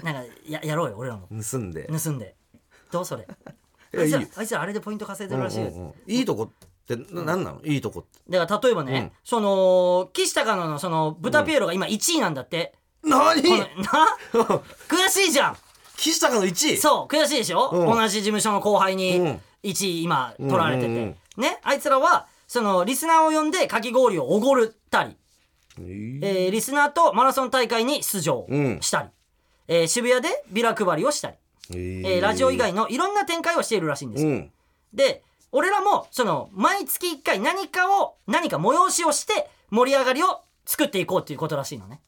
Speaker 2: なんかややろうよ俺らも
Speaker 3: 盗んで
Speaker 2: 盗んでどうそれ
Speaker 3: い
Speaker 2: あ
Speaker 3: や
Speaker 2: い
Speaker 3: い
Speaker 2: つ
Speaker 3: いよ
Speaker 2: らあいつらあれでポイント稼いで
Speaker 3: うん
Speaker 2: る
Speaker 3: う
Speaker 2: らしいよ、
Speaker 3: んうんいいとこってななんなのいいとこって
Speaker 2: だから例えばね、
Speaker 3: うん
Speaker 2: その岸高野のその豚ピエロが今1位なんだって、
Speaker 3: 何
Speaker 2: このな悔しいじゃん
Speaker 3: 岸高の1位
Speaker 2: そう悔しいでしょ、
Speaker 3: うん
Speaker 2: 同じ事務所の後輩
Speaker 3: う
Speaker 2: に
Speaker 3: ん
Speaker 2: 1位今取られてて、
Speaker 3: うんうんうん
Speaker 2: ねあいつらはそのリスナーを呼んでかき氷をおごるたり、
Speaker 3: え
Speaker 2: えーリスナーとマラソン大会に出場
Speaker 3: うん
Speaker 2: したり、えー渋谷でビラ配りをしたり、えー
Speaker 3: ー
Speaker 2: ラジオ以外のいろんな展開をしているらしいんですよ、
Speaker 3: うん
Speaker 2: で俺らもその毎月1回何かを何か催しをして盛り上がりを作っていこうっていうことらしいのね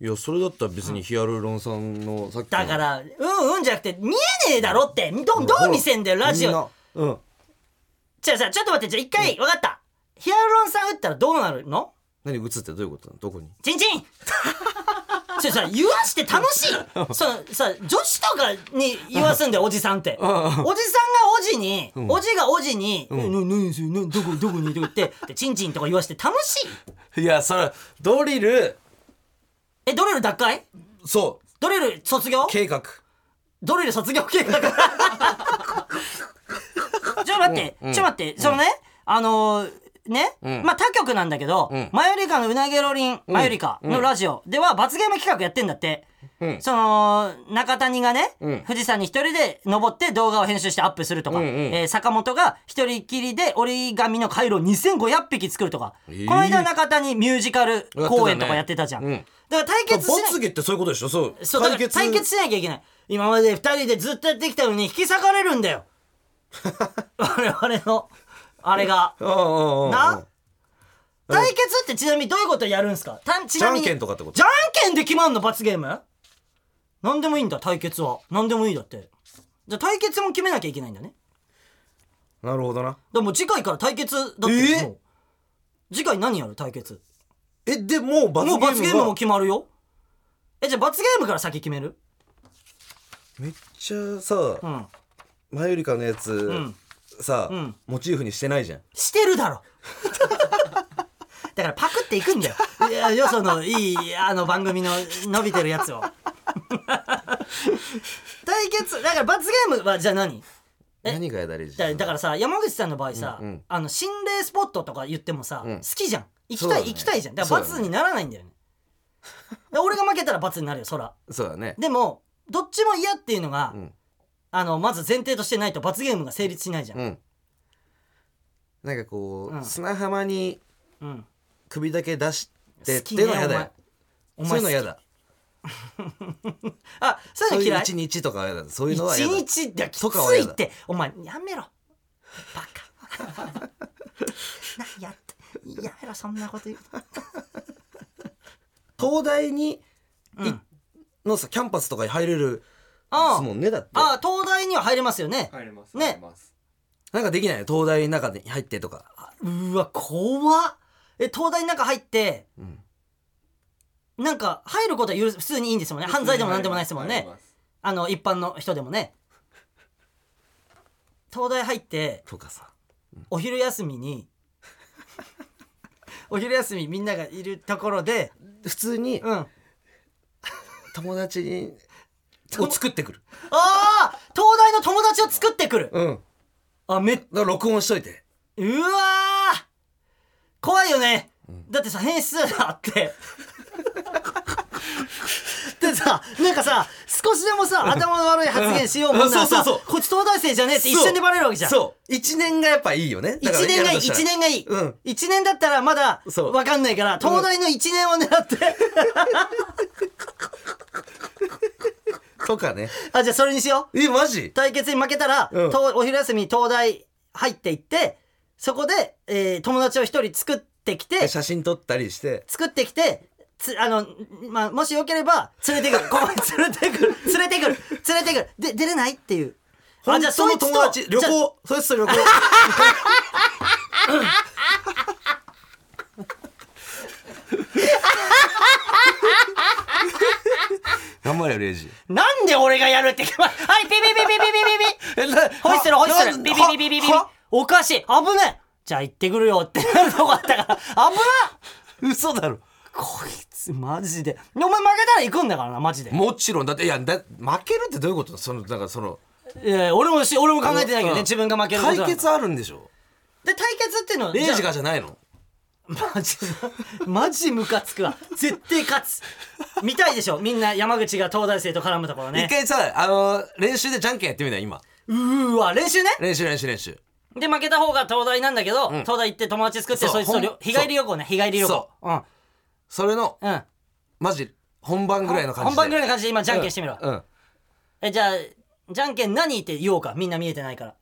Speaker 3: いやそれだったら別にヒアルロンさんのさっきの
Speaker 2: だからうんうんじゃなくて見えねえだろってどどう見せんだよラジ
Speaker 3: みん
Speaker 2: オ
Speaker 3: なうん
Speaker 2: じゃあさちょっと待ってじゃあ一回分かったヒアルロン酸打ったらどうなるの
Speaker 3: 何映ってどういうことなのどこに
Speaker 2: チン チンそれさ言わして楽しいそのさ女子とかに言わすんだよおじさんっておじさんがおじに、おじがおじに「えな何それなどこどこに?」とか言ってで「チンチン」とか言わして楽しい
Speaker 3: いやそれドリル
Speaker 2: えドリル脱会
Speaker 3: そう
Speaker 2: ドリル卒業
Speaker 3: 計画
Speaker 2: ドリル卒業計画ちょっと待って、 ちょっと待って、そのね、あのーね、まあ他局なんだけど、マユリカのうなげろりん、マユリカのラジオでは罰ゲーム企画やってんだって。
Speaker 3: ん
Speaker 2: その、中谷がね、
Speaker 3: うん
Speaker 2: 富士山に一人で登って動画を編集してアップするとか、
Speaker 3: うんうん
Speaker 2: えー坂本が一人きりで折り紙の回路を2500匹作るとか、
Speaker 3: えー
Speaker 2: この間中谷ミュージカル公演とかやってたじゃん。
Speaker 3: やってたね
Speaker 2: だから対決しない
Speaker 3: 罰ゲってそういうことでしょそう
Speaker 2: そう、だから対決しなきゃいけない。今まで二人でずっとやってきたのに引き裂かれるんだ よ。我々の、あれが。
Speaker 3: ああああああ
Speaker 2: な対決ってちなみにどういうことやるんすかたち
Speaker 3: じ
Speaker 2: な
Speaker 3: ゃ
Speaker 2: み
Speaker 3: ん
Speaker 2: に。
Speaker 3: けんとかってこと
Speaker 2: じゃんけんで決まんの罰ゲームなんでもいいんだ、対決は。なんでもいいだって。じゃあ対決も決めなきゃいけないんだね。
Speaker 3: なるほどな
Speaker 2: でもう次回から対決だって、
Speaker 3: え
Speaker 2: もう次回何やる対決。
Speaker 3: えでもう罰ゲ
Speaker 2: も
Speaker 3: ー
Speaker 2: う
Speaker 3: ムが
Speaker 2: 罰ゲームも決まるよ。え、じゃあ罰ゲームから先決める
Speaker 3: めっちゃさ
Speaker 2: うん。
Speaker 3: マユリカのやつ
Speaker 2: ん
Speaker 3: さ
Speaker 2: ん
Speaker 3: モチーフにしてないじゃん
Speaker 2: してるだろだからパクっていくんだよいやよそのいいあの番組の伸びてるやつを対決だから罰ゲームはじゃあ何え
Speaker 3: 何がやだれじゃ
Speaker 2: だ
Speaker 3: ん
Speaker 2: だからさ山口さんの場合さ、
Speaker 3: うんうん
Speaker 2: あの心霊スポットとか言ってもさ、
Speaker 3: うん
Speaker 2: 好きじゃん行き
Speaker 3: そう
Speaker 2: た
Speaker 3: だ
Speaker 2: い、
Speaker 3: ね
Speaker 2: 行きたいじゃんだから
Speaker 3: そうだ
Speaker 2: 罰
Speaker 3: ね
Speaker 2: にならないんだよねで俺が負けたら罰になるよそら
Speaker 3: そうだね
Speaker 2: でもどっちも嫌っていうのが、
Speaker 3: うん
Speaker 2: あのまず前提としてないと罰ゲームが成立しないじゃん、
Speaker 3: うんなんかこ
Speaker 2: うん
Speaker 3: う砂浜に
Speaker 2: うん、
Speaker 3: 首だけ出してっ
Speaker 2: 好
Speaker 3: て
Speaker 2: き
Speaker 3: いう
Speaker 2: ね
Speaker 3: のやだよ
Speaker 2: お
Speaker 3: そうい
Speaker 2: 前お
Speaker 3: うの
Speaker 2: 前
Speaker 3: や
Speaker 2: 好き
Speaker 3: だ
Speaker 2: あそういうの
Speaker 3: そうい
Speaker 2: 嫌
Speaker 3: う
Speaker 2: い
Speaker 3: 一日とかはやだそういうのは
Speaker 2: 一
Speaker 3: やだ
Speaker 2: 日できつ
Speaker 3: とかはや
Speaker 2: い
Speaker 3: だ
Speaker 2: ってお前やめろバカなやってやめろそんなこと言う
Speaker 3: 東大に
Speaker 2: うん
Speaker 3: いのさキャンパスとかに入れる
Speaker 2: ああ
Speaker 3: ですもんねだって
Speaker 2: あ東大には入れますよね、
Speaker 4: 入れます。
Speaker 2: ね
Speaker 4: 入れます。
Speaker 3: なんかできないの東大の中に入ってとか
Speaker 2: うわ怖っえ東大の中入って
Speaker 3: うん
Speaker 2: なんか入ることは許す普通にいいんですもんね犯罪でもなんでもないですもん
Speaker 4: 入
Speaker 2: ね
Speaker 4: れます。
Speaker 2: あの一般の人でもね東大入って
Speaker 3: とかさ
Speaker 2: お昼休みにお昼休みみんながいるところで
Speaker 3: 普通に
Speaker 2: うん
Speaker 3: 友達にを作ってくる
Speaker 2: ああ東大の友達を作ってくる
Speaker 3: うん
Speaker 2: あめ
Speaker 3: だから録音しといて
Speaker 2: うわー怖いよね、だってさ変数があってでさなんかさ少しでもさ頭の悪い発言しようもんならさ、
Speaker 3: うんそうそうそう
Speaker 2: こいつ東大生じゃねえって一瞬でバレるわけじゃん
Speaker 3: そう1年がやっぱいいよねだから
Speaker 2: 1年がいい
Speaker 3: やるとしたら
Speaker 2: 1年がいい、
Speaker 3: うん
Speaker 2: 1年だったらまだ
Speaker 3: そう
Speaker 2: 分かんないから東大の1年を狙って、
Speaker 3: とかね
Speaker 2: あじゃあそれにしよう
Speaker 3: えマジ
Speaker 2: 対決に負けたら、
Speaker 3: うん
Speaker 2: とお昼休みに東大入っていってそこで、えー友達を一人作ってきて
Speaker 3: 写真撮ったりして
Speaker 2: 作ってきてつあの、まあ、もしよければ連れ てくるここに連れてくる連れてくる連れてくるで出れないっていう
Speaker 3: 本当の友達旅
Speaker 2: じゃあ
Speaker 3: 行そいつと旅行頑張れよレイジ
Speaker 2: なんで俺がやるって 決まるはいピピピピピピピピホイッスルホイッスルビビビビビビビおかしい危ねえじゃあ行ってくるよってなるとこあったから危な
Speaker 3: 嘘だろ
Speaker 2: こいつマジでお前負けたら行くんだからなマジで
Speaker 3: もちろんだっていやだ負けるってどういうことそのだからその
Speaker 2: いやいや俺もし俺も考えてないけど
Speaker 3: うん
Speaker 2: ね自分が負けること
Speaker 3: 対
Speaker 2: だ
Speaker 3: 決あるんでしょ
Speaker 2: で対決っていうのは
Speaker 3: レイジ
Speaker 2: じゃ
Speaker 3: がじゃないの
Speaker 2: あ マジマジムカつくわ絶対勝つ見たいでしょみんな山口が東大生と絡むところ
Speaker 3: 一
Speaker 2: ね
Speaker 3: 回さあの練習でじゃんけんやってみたい今
Speaker 2: うーわ練習ね
Speaker 3: 練習練習練習
Speaker 2: で負けた方が東大なんだけど、東大行って友達作って
Speaker 3: そう
Speaker 2: そいつとりょ
Speaker 3: ほん
Speaker 2: 日帰り旅行ね日帰り旅行
Speaker 3: そ
Speaker 2: うん
Speaker 3: それの
Speaker 2: うん
Speaker 3: マジ本番ぐらいの感じ
Speaker 2: 本番ぐらい
Speaker 3: い
Speaker 2: の感じで今じゃんけんしてみろ、
Speaker 3: うん
Speaker 2: えじゃあじゃんけん何って言おうかみんな見えてないから、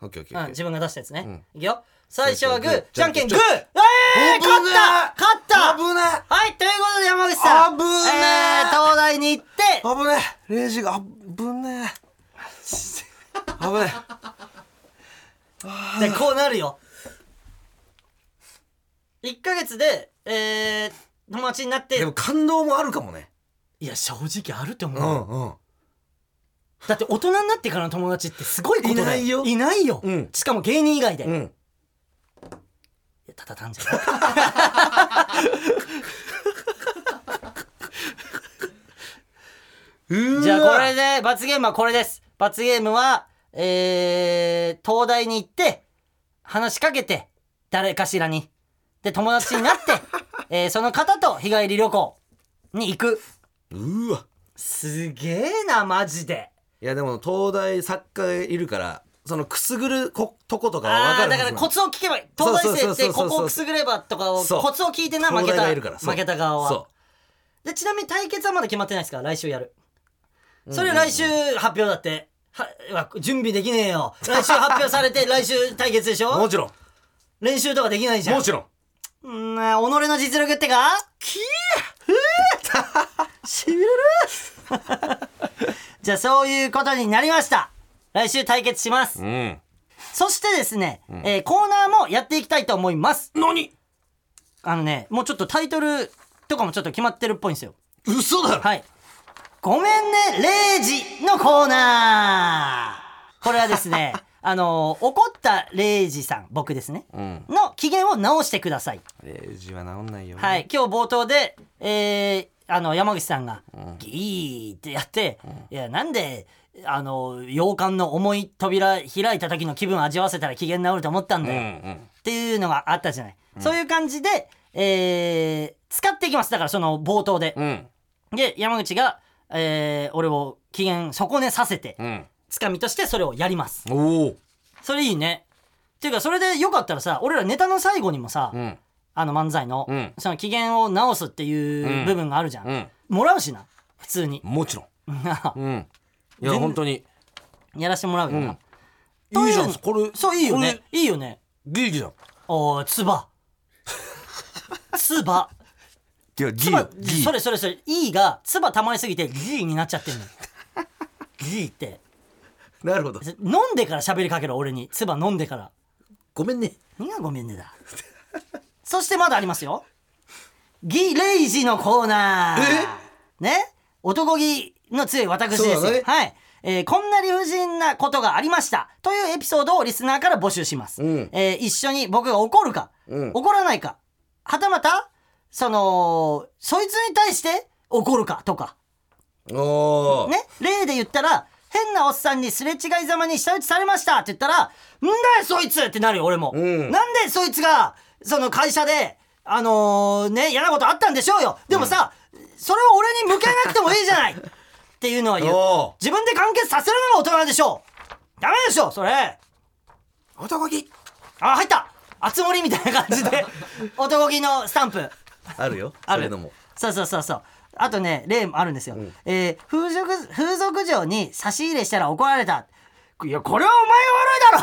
Speaker 3: オッケーオッケ
Speaker 2: うん、
Speaker 3: ーオッケ
Speaker 2: 自
Speaker 3: ー
Speaker 2: 分が出したやつね、いくよ最初はグ
Speaker 3: 最初
Speaker 2: ー
Speaker 3: はグー
Speaker 2: じゃんけん
Speaker 3: じ
Speaker 2: グ
Speaker 3: ゃ
Speaker 2: ー
Speaker 3: んけん
Speaker 2: ええー、
Speaker 3: 危
Speaker 2: 勝っ
Speaker 3: な
Speaker 2: た勝った
Speaker 3: 危ない
Speaker 2: はいということで山口さん
Speaker 3: 危ねえ
Speaker 2: えー東大に行って
Speaker 3: 危ねえレイジが危ねえ危ね
Speaker 2: でこうなるよ1か月でえー、友達になっ
Speaker 3: え
Speaker 2: て
Speaker 3: でも感動もあるかもね
Speaker 2: いや正直あると思
Speaker 3: う
Speaker 2: う、
Speaker 3: んうん
Speaker 2: だって大人になってからの友達ってすごいことだ
Speaker 3: いないよ
Speaker 2: いないよ、
Speaker 3: うん
Speaker 2: しかも芸人以外で、
Speaker 3: うん
Speaker 2: いやただ単純 に
Speaker 3: うーわ
Speaker 2: じゃあこれで罰ゲームはこれです罰ゲームはえー、東大に行って話しかけて誰かしらにで友達になって えーその方と日帰り旅行に行く
Speaker 3: うーわ
Speaker 2: すげえなマジで
Speaker 3: いやでも東大作家いるからそのくすぐることことかは
Speaker 2: あ
Speaker 3: 分か
Speaker 2: あー
Speaker 3: る
Speaker 2: だからコツを聞けばいい東大生って
Speaker 3: そうそうそうそうそう
Speaker 2: ここをくすぐればとかを
Speaker 3: そう
Speaker 2: コツを聞いてな負け
Speaker 3: 東大が
Speaker 2: た
Speaker 3: いるからそう
Speaker 2: 負けた側は
Speaker 3: そ
Speaker 2: でちなみに対決はまだ決まってないですから来週やるそれ来週発表だってはは準備できねえよ来週発表され て来週対決でし
Speaker 3: うも
Speaker 2: ょ
Speaker 3: ちろん
Speaker 2: 練習とかできないじゃん
Speaker 3: もちろん
Speaker 2: うんー己の実力ってかきえ しびれ るじゃあそういうことになりました来週対決します
Speaker 3: うん
Speaker 2: そしてですね、えーコーナーもやっていきたいと思います
Speaker 3: 何
Speaker 2: あのねもうちょっとタイトルとかもちょっと決まってるっぽいんですよ
Speaker 3: 嘘だろ
Speaker 2: はい。ごめんね、レイジのコーナーこれはです ね、あの怒ったレイジさん、僕ですね、
Speaker 3: ん
Speaker 2: の機嫌を直してください。
Speaker 3: レイジは治んないよ
Speaker 2: はい、今日冒頭で、えーあの山口さんが「ギー」ってやって「いやなんであの洋館の重い扉開いた時の気分味わわせたら機嫌治ると思ったんだ
Speaker 3: うん
Speaker 2: よ」
Speaker 3: うん
Speaker 2: っていうのがあったじゃない、そういう感じで、えー使っていきますだからその冒頭で。
Speaker 3: うん
Speaker 2: で山口が、えー俺を機嫌損ねさせて、
Speaker 3: うん
Speaker 2: つかみとしてそれをやります
Speaker 3: おお
Speaker 2: それいいねっていうかそれでよかったらさ俺らネタの最後にもさ、
Speaker 3: うん
Speaker 2: あの漫才の、
Speaker 3: うん
Speaker 2: その機嫌を直すっていう部分があるじゃん、
Speaker 3: うん
Speaker 2: もらうしな普通に
Speaker 3: もちろんうんいや
Speaker 2: 全
Speaker 3: 本当に
Speaker 2: やらしてもらうよな、
Speaker 3: うんいいじゃ
Speaker 2: というんの
Speaker 3: これ
Speaker 2: そういいよねいいよね
Speaker 3: ギリじゃん
Speaker 2: おーつばつ ば
Speaker 3: いやギ
Speaker 2: つばそれそれそれ E がつばたまりすぎて G になっちゃって んのよ G って
Speaker 3: なるほど
Speaker 2: 飲んでから喋りかけろ俺につば飲んでから
Speaker 3: ごめんね
Speaker 2: 何がごめんねだそしてまだありますよギレイジのコーナーね男気の強い私ですよ
Speaker 3: そうだね
Speaker 2: はいえーこんな理不尽なことがありましたというエピソードをリスナーから募集します、
Speaker 3: うん
Speaker 2: えー一緒に僕が怒るか、
Speaker 3: うん
Speaker 2: 怒らないかはたまたそのそいつに対して怒るかとか
Speaker 3: おお
Speaker 2: ね、例で言ったら、変なおっさんにすれ違いざまに舌打ちされましたって言ったら、んだよそいつってなるよ、俺も。
Speaker 3: うん
Speaker 2: なんでそいつが、その会社で、あのーね、嫌なことあったんでしょうよ。でもさ、それを俺に向けなくてもいいじゃ ないっていうのは言う。
Speaker 3: おお
Speaker 2: 自分で完結させるのが大人でしょう。ダメでしょ、それ。
Speaker 3: 男気
Speaker 2: あ、入った熱盛みたいな感じ で、男気のスタンプ。
Speaker 3: あるよ
Speaker 2: あ
Speaker 3: あ
Speaker 2: る
Speaker 3: るのも
Speaker 2: そうそうそうそうあとね例もあるんですよ、えー風俗風俗嬢に差し入れしたら怒られたいやこれは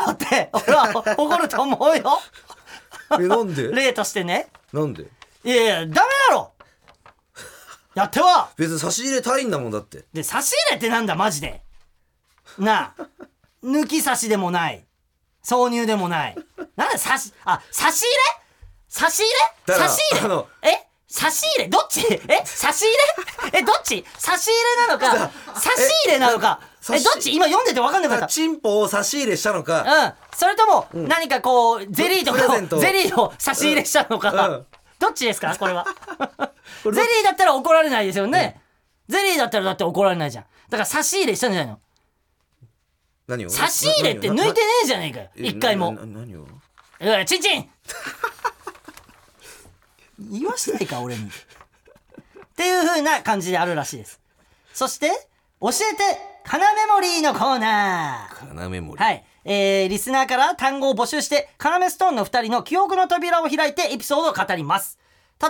Speaker 2: お前が悪いだろって俺 は怒ると思うよ
Speaker 3: えなんで
Speaker 2: 例としてね
Speaker 3: なんで
Speaker 2: いやいやダメだろやっては
Speaker 3: 別に差し入れたいんだもんだって
Speaker 2: で差し入れってなんだマジでなあ抜き差しでもない挿入でもないなんだ差しあ差し入れ差し入れ
Speaker 3: だか
Speaker 2: 差
Speaker 3: ら
Speaker 2: し入
Speaker 3: あの
Speaker 2: れえ差し入れどっちえ差し入れえどっち差し入れなのか差し入れなのか
Speaker 3: え
Speaker 2: えどっち今読んでて分かんなか
Speaker 3: だ
Speaker 2: っ
Speaker 3: か
Speaker 2: た
Speaker 3: らチンポを差し入れしたのか、
Speaker 2: うんそれとも何かこうゼリーと
Speaker 3: プレゼ
Speaker 2: か
Speaker 3: ント
Speaker 2: を
Speaker 3: を
Speaker 2: ゼリーを差し入れしたの
Speaker 3: うんう
Speaker 2: か
Speaker 3: ん
Speaker 2: どっちですかこれはゼ
Speaker 3: こ
Speaker 2: リー
Speaker 3: れ
Speaker 2: だったら怒られないですよねゼリーだったらだって怒られないじゃんだから差し入れしたんじゃないの
Speaker 3: 何を
Speaker 2: 差し入れって抜いてねえじゃねえかよ
Speaker 3: なな
Speaker 2: 一回も
Speaker 3: なな何を
Speaker 2: うわチン チン言わしてないか俺にっていう風な感じであるらしいですそして教えて花メモリーのコーナー
Speaker 3: 金メモリー、
Speaker 2: はいえー、リスナーから単語を募集して要ストーンの2人の記憶の扉を開いてエピソードを語ります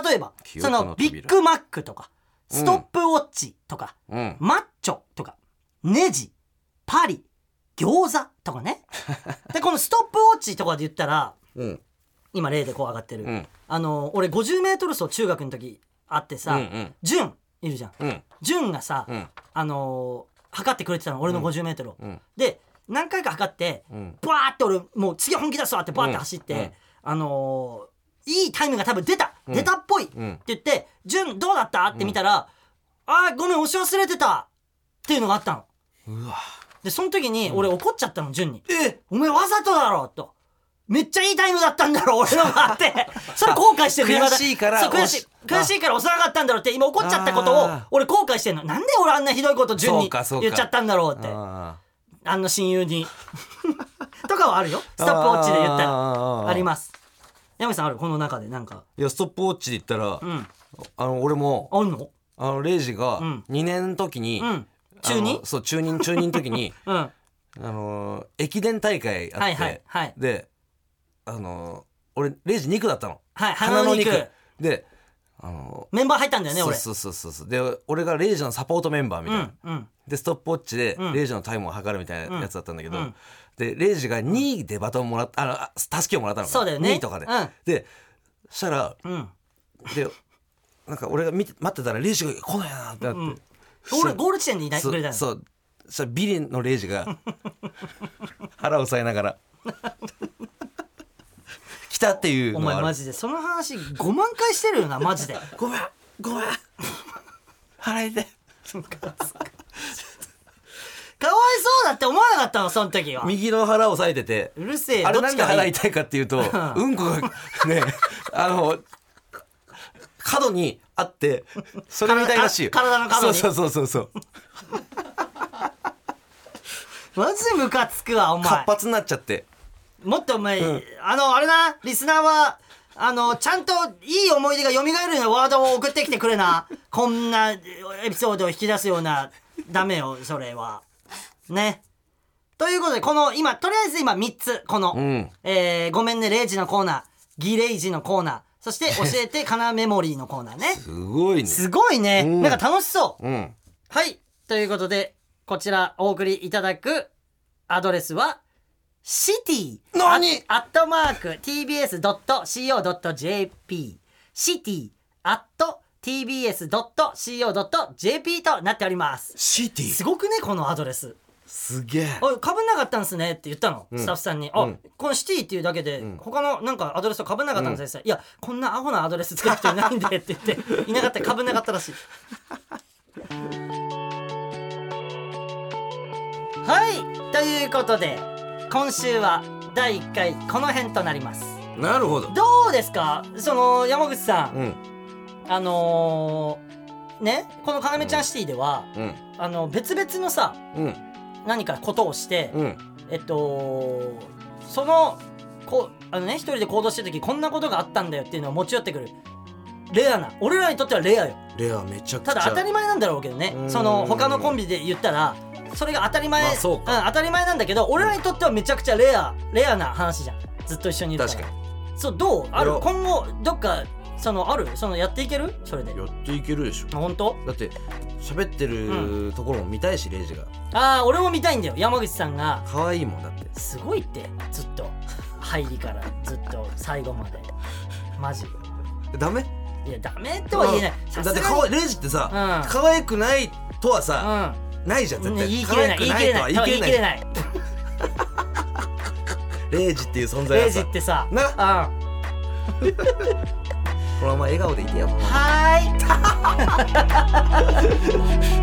Speaker 2: 例えば
Speaker 3: 記
Speaker 2: そ
Speaker 3: 憶の扉
Speaker 2: のビッグマックとかストップウォッチとか、
Speaker 3: うん、
Speaker 2: マッチョとか、ネジ、パリ、餃子とかね。 で、このストップウォッチとかで言ったら、
Speaker 3: うん
Speaker 2: 今例でこう上がってる。
Speaker 3: うん
Speaker 2: あの、俺50メートル走中学の時あって
Speaker 3: うんう
Speaker 2: さ、
Speaker 3: ん
Speaker 2: ジュンいるじゃん。
Speaker 3: うん
Speaker 2: ジュンがさ、
Speaker 3: うん
Speaker 2: あのー測ってくれてたの、俺の50メートルを。
Speaker 3: うん
Speaker 2: で、何回か測って、
Speaker 3: うん
Speaker 2: バーって俺、もう次本気出すわってバーって走って、
Speaker 3: うんうん
Speaker 2: あのーいいタイムが多分出た、出たっぽい、
Speaker 3: うん
Speaker 2: って言って「潤どうだった?」って見たら「あーごめん押し忘れてた」っていうのがあったの
Speaker 3: うわ
Speaker 2: でその時に俺怒っちゃったの潤に「えお前わざとだろ」と「めっちゃいいタイムだったんだろ 俺のが」って それ後悔してる
Speaker 3: 悔
Speaker 2: 未だ
Speaker 3: しいから
Speaker 2: そう悔しい
Speaker 3: 押
Speaker 2: 悔
Speaker 3: し
Speaker 2: しいから押さなかったんだろうって今怒っちゃったことを
Speaker 3: あー
Speaker 2: 俺後悔してんのなんで俺あんなひどいこと潤
Speaker 3: そう
Speaker 2: に
Speaker 3: かそうか
Speaker 2: 言っちゃったんだろうってあ
Speaker 3: あ
Speaker 2: の親友にとかはあるよストッ
Speaker 3: ー
Speaker 2: プウォッチで言ったら
Speaker 3: あーあーあー
Speaker 2: あります山口さんあるこの中でなんか
Speaker 3: いやストップウォッチで言ったら、
Speaker 2: うん
Speaker 3: あの俺も
Speaker 2: あるの
Speaker 3: あのレイジが
Speaker 2: ん
Speaker 3: 2年の時に、
Speaker 2: うん
Speaker 3: あの
Speaker 2: 中二
Speaker 3: そう中任中任の時 に
Speaker 2: うん
Speaker 3: あの駅伝大会あって、
Speaker 2: はいはいはい
Speaker 3: であの俺レイジ2区だったの
Speaker 2: はい花の肉
Speaker 3: であの
Speaker 2: メンバー入ったんだよね
Speaker 3: そう
Speaker 2: 俺
Speaker 3: そうそうそうそうで俺がレイジのサポートメンバーみたいな、
Speaker 2: うんうん
Speaker 3: でストップウォッチで
Speaker 2: ん
Speaker 3: レイジのタイムを測るみたいなやつだったんだけど、
Speaker 2: うん
Speaker 3: でレイジが2位でバトンもらったあのあたすきをもらったのか
Speaker 2: そうだよね
Speaker 3: 2位とかで、
Speaker 2: うん
Speaker 3: でしたら
Speaker 2: うん
Speaker 3: でなんか俺が見て待ってたらレイジが来ないなってなって、
Speaker 2: ゴールゴール地点でいないくれたの
Speaker 3: そうそうそしたらビリのレイジ が腹を押さえながら来たっていう
Speaker 2: お
Speaker 3: のは
Speaker 2: 前
Speaker 3: ある
Speaker 2: マジでその話5万回してるよなマジで
Speaker 3: ごめんごめん腹痛い
Speaker 2: かわいそうだって思わなかったのその時は
Speaker 3: 右の腹を押さえてて
Speaker 2: うるせえ
Speaker 3: あれ
Speaker 2: どっ
Speaker 3: な
Speaker 2: ち
Speaker 3: ん
Speaker 2: か
Speaker 3: で
Speaker 2: がいい
Speaker 3: 腹痛いかっていうとうんこがねあの角にあってそれみたいらしいよ
Speaker 2: 体の角に
Speaker 3: そうそうそうそうそう
Speaker 2: マジでムカつくわお前
Speaker 3: 活発になっちゃって
Speaker 2: もっとお前、あのあれなリスナーはあのちゃんといい思い出が蘇るようなワードを送ってきてくれなこんなエピソードを引き出すようなダメよそれはねということでこの今とりあえず今3つこの、
Speaker 3: ん
Speaker 2: えーごめんねレイジ」のコーナー「ギレイジ」のコーナーそして「教えてかなメモリー」のコーナーね
Speaker 3: すごいね
Speaker 2: すごいね、
Speaker 3: うん
Speaker 2: なんか楽しそう
Speaker 3: うん
Speaker 2: はい。ということで、こちらお送りいただくアドレスは、シティ
Speaker 3: 何
Speaker 2: アットマーク tbs.co.jp シティアット tbs.co.jp となっております。
Speaker 3: シテ
Speaker 2: す
Speaker 3: ィ
Speaker 2: ごくね、このアドレス。
Speaker 3: すげえ
Speaker 2: おい、かぶんなかったんすねって言ったの、スタッフさんに。あ、
Speaker 3: うん
Speaker 2: このシティっていうだけで、他のなんかアドレスとかぶんなかったんですよ、いや、こんなアホなアドレスつける人いないんでって言 って、いなかった、かぶんなかったらしい。はい、ということで、今週は第1回この辺となります。
Speaker 3: なるほど
Speaker 2: どうですかその山口さ、
Speaker 3: うんん
Speaker 2: あのーね、このかなめちゃんシティでは、
Speaker 3: うん
Speaker 2: あの、別々のさ、
Speaker 3: うん
Speaker 2: 何かことをして、
Speaker 3: うん
Speaker 2: えっとそのこうあのね一人で行動してる時こんなことがあったんだよっていうのを持ち寄ってくるレアな俺らにとってはレアよ
Speaker 3: レアめちゃくち
Speaker 2: た
Speaker 3: ゃ
Speaker 2: だ当たり前なんだろうけどね
Speaker 3: うん
Speaker 2: その他のコンビで言ったらそれが当たり前、
Speaker 3: まあそうか
Speaker 2: ん、当たり前なんだけど俺らにとってはめちゃくちゃレアレアな話じゃんずっと一緒にいるから
Speaker 3: 確か
Speaker 2: そうどうあ
Speaker 3: い
Speaker 2: る
Speaker 3: や
Speaker 2: 今後どっかそのあるそのやっていけるそれで
Speaker 3: にやっていけるでしょ
Speaker 2: 本当
Speaker 3: だって喋ってるところも見たいしレイジが
Speaker 2: ああ俺も見たいんだよ山口さんが
Speaker 3: 可愛いもんだって
Speaker 2: すごいってずっと入りからずっと最後までマジ
Speaker 3: えダメ
Speaker 2: いやダメとは言えない
Speaker 3: うん
Speaker 2: さ
Speaker 3: だっ
Speaker 2: す
Speaker 3: て
Speaker 2: が
Speaker 3: か
Speaker 2: に
Speaker 3: わいレイジってさ、
Speaker 2: うん
Speaker 3: 可愛くないとはさ、
Speaker 2: う
Speaker 3: ないじゃん絶
Speaker 2: ん
Speaker 3: 対
Speaker 2: 言い切れない言い切れない
Speaker 3: 可
Speaker 2: 多分
Speaker 3: 愛
Speaker 2: 言
Speaker 3: く
Speaker 2: い
Speaker 3: ない
Speaker 2: 切
Speaker 3: と
Speaker 2: れな
Speaker 3: は
Speaker 2: い
Speaker 3: 言い切れないレイジっていう存在
Speaker 2: レ
Speaker 3: は
Speaker 2: イジ
Speaker 3: さ
Speaker 2: ってさ
Speaker 3: な
Speaker 2: うん
Speaker 3: のまま笑顔でいてよ
Speaker 2: はーい